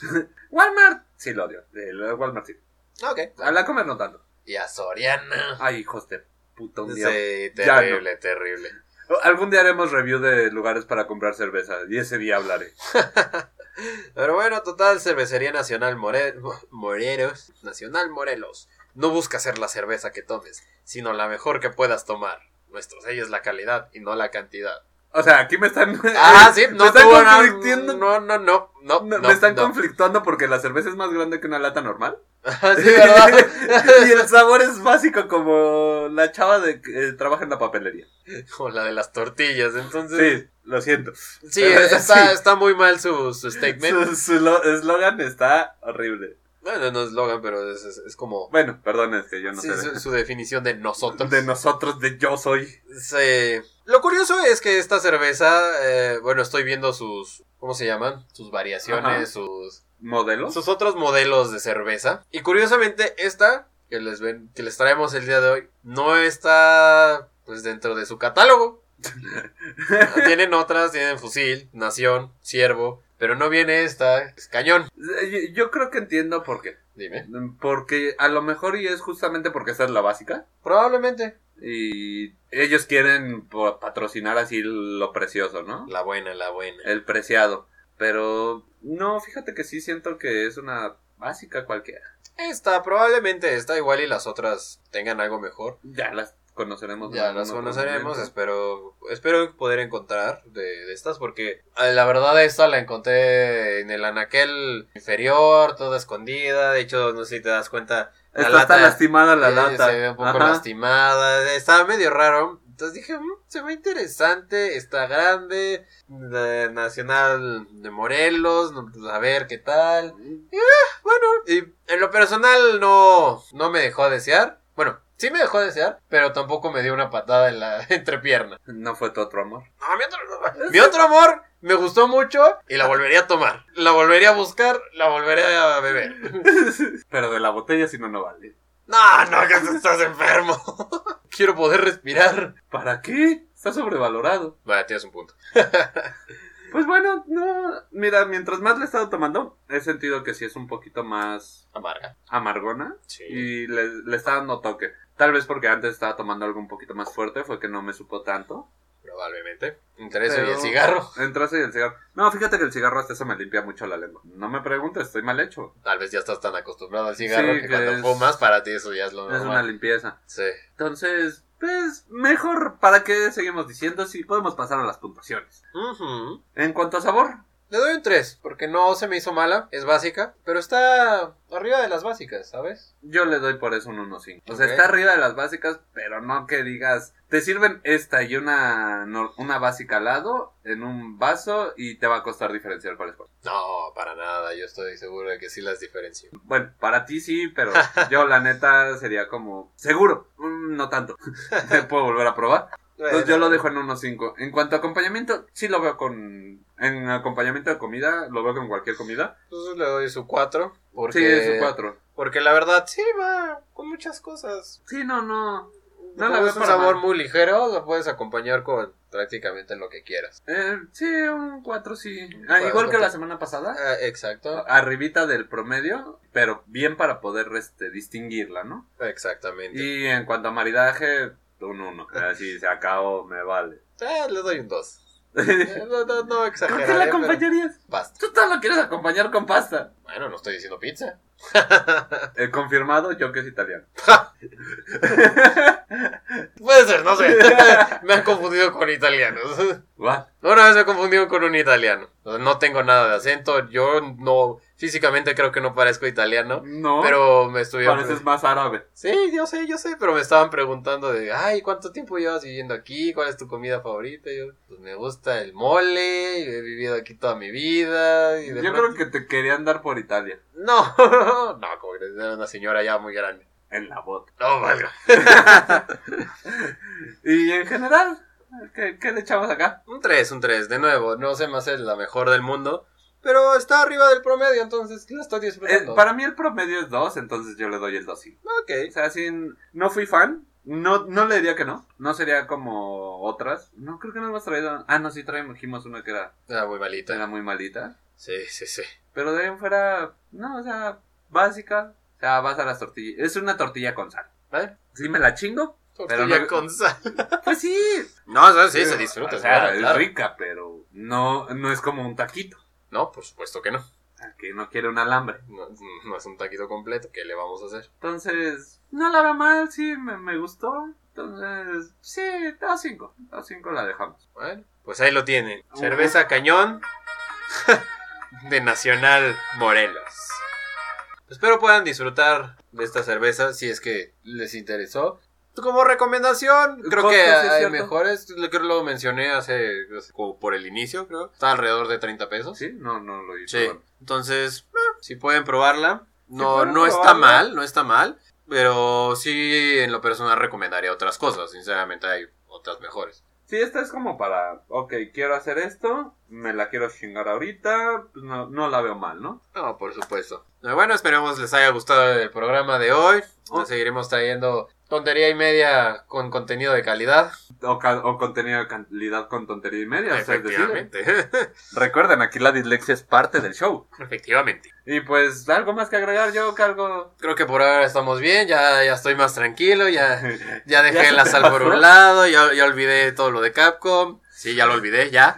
Speaker 1: Walmart. Sí, lo odio. Eh, lo de Walmart sí.
Speaker 2: ok.
Speaker 1: A la comer no tanto.
Speaker 2: Y a Soriana.
Speaker 1: Ay, hijos de puta, Ah, un día.
Speaker 2: Sí,
Speaker 1: Ya no.
Speaker 2: terrible, terrible.
Speaker 1: Algún día haremos review de lugares para comprar cerveza. Y ese día hablaré.
Speaker 2: Pero bueno, total, Cervecería Nacional More- Morelos. Nacional Morelos. No busca ser la cerveza que tomes, sino la mejor que puedas tomar. Nuestro sello es la calidad y no la cantidad.
Speaker 1: O sea, aquí me están.
Speaker 2: Ah, sí,
Speaker 1: Eh, me
Speaker 2: no
Speaker 1: están
Speaker 2: tú, no,
Speaker 1: conflictiendo.
Speaker 2: No, no, no, no,
Speaker 1: No,
Speaker 2: no,
Speaker 1: me están
Speaker 2: no.
Speaker 1: conflictuando porque la cerveza es más grande que una lata normal.
Speaker 2: Ah, sí, ¿verdad?
Speaker 1: y el sabor es básico como la chava de que eh, trabaja en la papelería.
Speaker 2: O la de las tortillas, entonces.
Speaker 1: Sí, Eh, lo siento.
Speaker 2: Sí,
Speaker 1: pero es
Speaker 2: está,
Speaker 1: así.
Speaker 2: está muy mal su, su statement.
Speaker 1: Su su lo- eslogan está horrible.
Speaker 2: Bueno, no es eslogan, pero es, es- es como.
Speaker 1: Bueno, perdón, es que yo no
Speaker 2: sí,
Speaker 1: sé.
Speaker 2: su, su definición de nosotros.
Speaker 1: De nosotros, de yo soy.
Speaker 2: Sí. Lo curioso es que esta cerveza, eh, bueno, estoy viendo sus, ¿cómo se llaman? Sus
Speaker 1: Ajá.
Speaker 2: variaciones, sus,
Speaker 1: ¿Modelos?
Speaker 2: sus otros modelos de cerveza. Y curiosamente esta que les ven, que les traemos el día de hoy, no está, pues, dentro de su catálogo. tienen otras, tienen fusil, nación, ciervo, pero no viene esta, es cañón.
Speaker 1: Eh, Yo yo creo que entiendo por qué.
Speaker 2: Dime.
Speaker 1: Porque a lo mejor y es justamente porque esta es la básica.
Speaker 2: Probablemente.
Speaker 1: Y ellos quieren po- patrocinar así lo precioso, ¿no?
Speaker 2: La buena, la buena.
Speaker 1: El preciado. Pero no, fíjate que sí siento que es una básica cualquiera.
Speaker 2: Esta, probablemente esta, igual y las otras tengan algo mejor.
Speaker 1: Ya las conoceremos. en
Speaker 2: Ya
Speaker 1: algún
Speaker 2: las
Speaker 1: otro
Speaker 2: conoceremos,
Speaker 1: momento.
Speaker 2: espero, espero poder encontrar de, de estas porque eh, la verdad esta la encontré en el anaquel inferior, toda escondida, de hecho no sé si te das cuenta, la
Speaker 1: Está,
Speaker 2: lata-
Speaker 1: tan lastimada la
Speaker 2: eh,
Speaker 1: lata.
Speaker 2: se ve un poco
Speaker 1: Ajá.
Speaker 2: lastimada, estaba medio raro, entonces dije, "Mm, se ve interesante, está grande, de Nacional de Morelos, no, pues, a ver qué tal. Bueno, y en lo personal no, no me dejó a desear, bueno, sí me dejó a desear, pero tampoco me dio una patada en la entrepierna.
Speaker 1: No fue tu otro amor.
Speaker 2: No, mi otro, mi otro amor me gustó mucho y la volvería a tomar. La volvería a buscar, la volvería a beber.
Speaker 1: Pero de la botella si no, no vale.
Speaker 2: No, no, que tú estás enfermo. Quiero poder respirar.
Speaker 1: ¿Para qué? Está sobrevalorado.
Speaker 2: Vale, tienes un punto.
Speaker 1: Pues bueno, no. Mira, mientras más le he estado tomando, he sentido que sí es un poquito más
Speaker 2: Amarga.
Speaker 1: amargona.
Speaker 2: Sí.
Speaker 1: y le, le está dando toque. Tal vez porque antes estaba tomando algo un poquito más fuerte, fue que no me supo tanto.
Speaker 2: Probablemente. Entre eso y
Speaker 1: Pero-
Speaker 2: el cigarro.
Speaker 1: Entre eso y el cigarro. No, fíjate que el cigarro hasta se me limpia mucho la lengua. No me preguntes, estoy mal hecho.
Speaker 2: Tal vez ya estás tan acostumbrado al cigarro
Speaker 1: Sí,
Speaker 2: que
Speaker 1: que
Speaker 2: cuando
Speaker 1: es-
Speaker 2: fumas para ti eso ya es lo
Speaker 1: Es una
Speaker 2: normal.
Speaker 1: limpieza.
Speaker 2: Sí.
Speaker 1: Entonces, pues, mejor, ¿para qué seguimos diciendo si podemos pasar a las puntuaciones?
Speaker 2: Ujú.
Speaker 1: En cuanto a sabor,
Speaker 2: Le doy un 3, porque no se me hizo mala, es básica, pero está arriba de las básicas, ¿sabes?
Speaker 1: yo le doy por eso un 1.5. O sea,
Speaker 2: Ok.
Speaker 1: está arriba de las básicas, pero no que digas, te sirven esta y una, nor- una básica al lado en un vaso y te va a costar diferenciar cuál es cuál.
Speaker 2: No, para nada, yo estoy seguro de que sí las diferencio.
Speaker 1: Bueno, para ti sí, pero yo la neta sería como seguro, mm, no tanto. Me puedo volver a probar. Entonces Pues yo lo dejo en 1.5. En cuanto a acompañamiento, sí lo veo con en acompañamiento de comida, lo veo con cualquier comida.
Speaker 2: Entonces le doy su 4, porque,
Speaker 1: Sí, es un 4.
Speaker 2: porque la verdad sí va con muchas cosas.
Speaker 1: Sí, no, no.
Speaker 2: No
Speaker 1: No la veo
Speaker 2: es un
Speaker 1: para
Speaker 2: sabor
Speaker 1: mal.
Speaker 2: muy ligero, lo puedes acompañar con prácticamente lo que quieras.
Speaker 1: Eh, sí, un 4 sí.
Speaker 2: Un
Speaker 1: Ah,
Speaker 2: cuatro,
Speaker 1: igual que la
Speaker 2: cuatro.
Speaker 1: semana pasada.
Speaker 2: Ah, exacto,
Speaker 1: Arribita del promedio, pero bien para poder este, distinguirla, ¿no?
Speaker 2: Ah, exactamente.
Speaker 1: Y en cuanto a maridaje, un 1. Así se acabó, me vale.
Speaker 2: Ah, le doy un 2.
Speaker 1: ¿Con
Speaker 2: No, no, no
Speaker 1: qué la
Speaker 2: exageraré, pero
Speaker 1: acompañarías?
Speaker 2: basta.
Speaker 1: Tú todo lo quieres acompañar con pasta.
Speaker 2: Bueno, no estoy diciendo pizza.
Speaker 1: Eh, confirmado, yo que es italiano.
Speaker 2: Puede ser, no sé. me han confundido con italianos.
Speaker 1: What?
Speaker 2: Una vez me confundieron con un italiano. No tengo nada de acento. Yo no. Físicamente creo que no parezco italiano.
Speaker 1: No,
Speaker 2: Pero me estuvieron.
Speaker 1: pareces más árabe.
Speaker 2: Sí, yo sé, yo sé. Pero me estaban preguntando de. Ay, ¿cuánto tiempo llevas viviendo aquí? ¿Cuál es tu comida favorita? Y yo, pues me gusta el mole. He vivido aquí toda mi vida. Y
Speaker 1: Yo
Speaker 2: de
Speaker 1: creo
Speaker 2: pronto-
Speaker 1: que te querían dar por Italia.
Speaker 2: No, no, como que era una señora ya muy grande.
Speaker 1: En la bota.
Speaker 2: No, valga.
Speaker 1: y en general, ¿qué, qué le echamos acá?
Speaker 2: Un 3, un 3, de nuevo, no se me hace la mejor del mundo, Pero está arriba del promedio, entonces la estoy
Speaker 1: Eh,
Speaker 2: disfrutando.
Speaker 1: para mí el promedio es 2, entonces yo le doy el 2. O
Speaker 2: Ok.
Speaker 1: sea, sin, no fui fan. No, no le diría que no. No sería como otras. No, creo que no hemos traído. Ah, no, sí trajimos una que era,
Speaker 2: Ah, muy malita.
Speaker 1: era muy malita.
Speaker 2: Sí, sí, sí.
Speaker 1: Pero de ahí en fuera, no, o sea, básica. O sea, vas a las tortillas. Es una tortilla con sal.
Speaker 2: ¿Eh?
Speaker 1: ¿Sí me la chingo?
Speaker 2: Tortilla
Speaker 1: Pero no-
Speaker 2: con sal.
Speaker 1: Pues sí.
Speaker 2: No, o sea, sí, se disfruta.
Speaker 1: O sea,
Speaker 2: claro,
Speaker 1: es
Speaker 2: claro.
Speaker 1: rica, pero no, no es como un taquito.
Speaker 2: No, por supuesto que no.
Speaker 1: Que no quiere un alambre.
Speaker 2: no. no es un taquito completo, ¿qué le vamos a hacer?
Speaker 1: Entonces, no la veo mal, sí, me, me gustó. Entonces, sí, a 5. A 5 la dejamos.
Speaker 2: Bueno, pues ahí lo tienen.
Speaker 1: Ujú.
Speaker 2: Cerveza Cañón de Nacional Morelos. Pues Espero puedan disfrutar de esta cerveza si es que les interesó. Como recomendación, creo
Speaker 1: Costos,
Speaker 2: que
Speaker 1: sí, es
Speaker 2: hay
Speaker 1: cierto.
Speaker 2: mejores. Creo que lo mencioné hace, hace como por el inicio, creo. Está alrededor de 30 pesos.
Speaker 1: Sí, no, no lo hice.
Speaker 2: Sí. Entonces, eh, si pueden probarla. No,
Speaker 1: pueden
Speaker 2: no está
Speaker 1: probarla.
Speaker 2: mal, no está mal. Pero sí, en lo personal recomendaría otras cosas. Sinceramente, hay otras mejores.
Speaker 1: Sí, esta es como para, ok, quiero hacer esto, me la quiero chingar ahorita, pues no, no la veo mal, ¿no?
Speaker 2: No, por supuesto. Eh, Bueno, esperemos les haya gustado el programa de hoy.
Speaker 1: Oh.
Speaker 2: Les seguiremos trayendo tontería y media con contenido de calidad.
Speaker 1: O, ca- o contenido de calidad con tontería y media, ustedes deciden.
Speaker 2: Efectivamente.
Speaker 1: Recuerden, aquí la dislexia es parte del show.
Speaker 2: Efectivamente.
Speaker 1: Y pues, algo más que agregar, yo cargo.
Speaker 2: Creo que por ahora estamos bien, ya, ya estoy más tranquilo, ya, ya
Speaker 1: Ya
Speaker 2: dejé
Speaker 1: se
Speaker 2: la
Speaker 1: te
Speaker 2: sal por
Speaker 1: pasó.
Speaker 2: un lado, ya, ya olvidé todo lo de Capcom. Sí, ya lo olvidé, ya.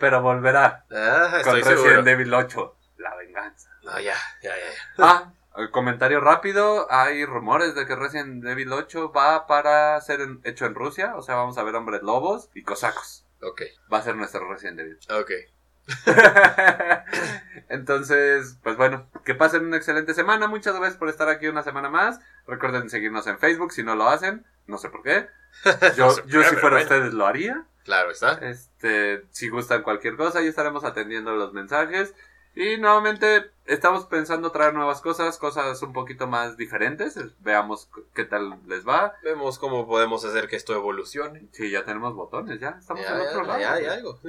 Speaker 1: Pero volverá
Speaker 2: Ah,
Speaker 1: con
Speaker 2: estoy seguro.
Speaker 1: Resident Evil 8, la venganza.
Speaker 2: No, ya, ya, ya. ya.
Speaker 1: Ah, eh, comentario rápido. Hay rumores de que Resident Evil 8 va para ser en- hecho en Rusia. O sea, vamos a ver hombres lobos y cosacos.
Speaker 2: Ok,
Speaker 1: Va a ser nuestro Resident Evil.
Speaker 2: ok.
Speaker 1: Entonces, pues bueno, que pasen una excelente semana. Muchas gracias por estar aquí una semana más. Recuerden seguirnos en Facebook si no lo hacen. No sé por qué. Yo,
Speaker 2: No sé por
Speaker 1: yo
Speaker 2: qué,
Speaker 1: si
Speaker 2: pero
Speaker 1: fuera
Speaker 2: bueno.
Speaker 1: ustedes lo haría.
Speaker 2: Claro está.
Speaker 1: Este, si gustan cualquier cosa, ahí estaremos atendiendo los mensajes. Y nuevamente estamos pensando traer nuevas cosas, cosas un poquito más diferentes. Veamos c- qué tal les va.
Speaker 2: Vemos cómo podemos hacer que esto evolucione.
Speaker 1: Sí, ya tenemos botones, ya
Speaker 2: Ya,
Speaker 1: estamos en
Speaker 2: ya,
Speaker 1: otro
Speaker 2: ya,
Speaker 1: lado.
Speaker 2: ya hay algo.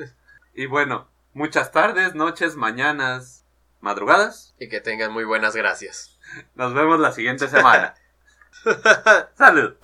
Speaker 1: Y bueno, muchas tardes, noches, mañanas, madrugadas.
Speaker 2: Y que tengan muy buenas gracias.
Speaker 1: Nos vemos la siguiente semana. Salud.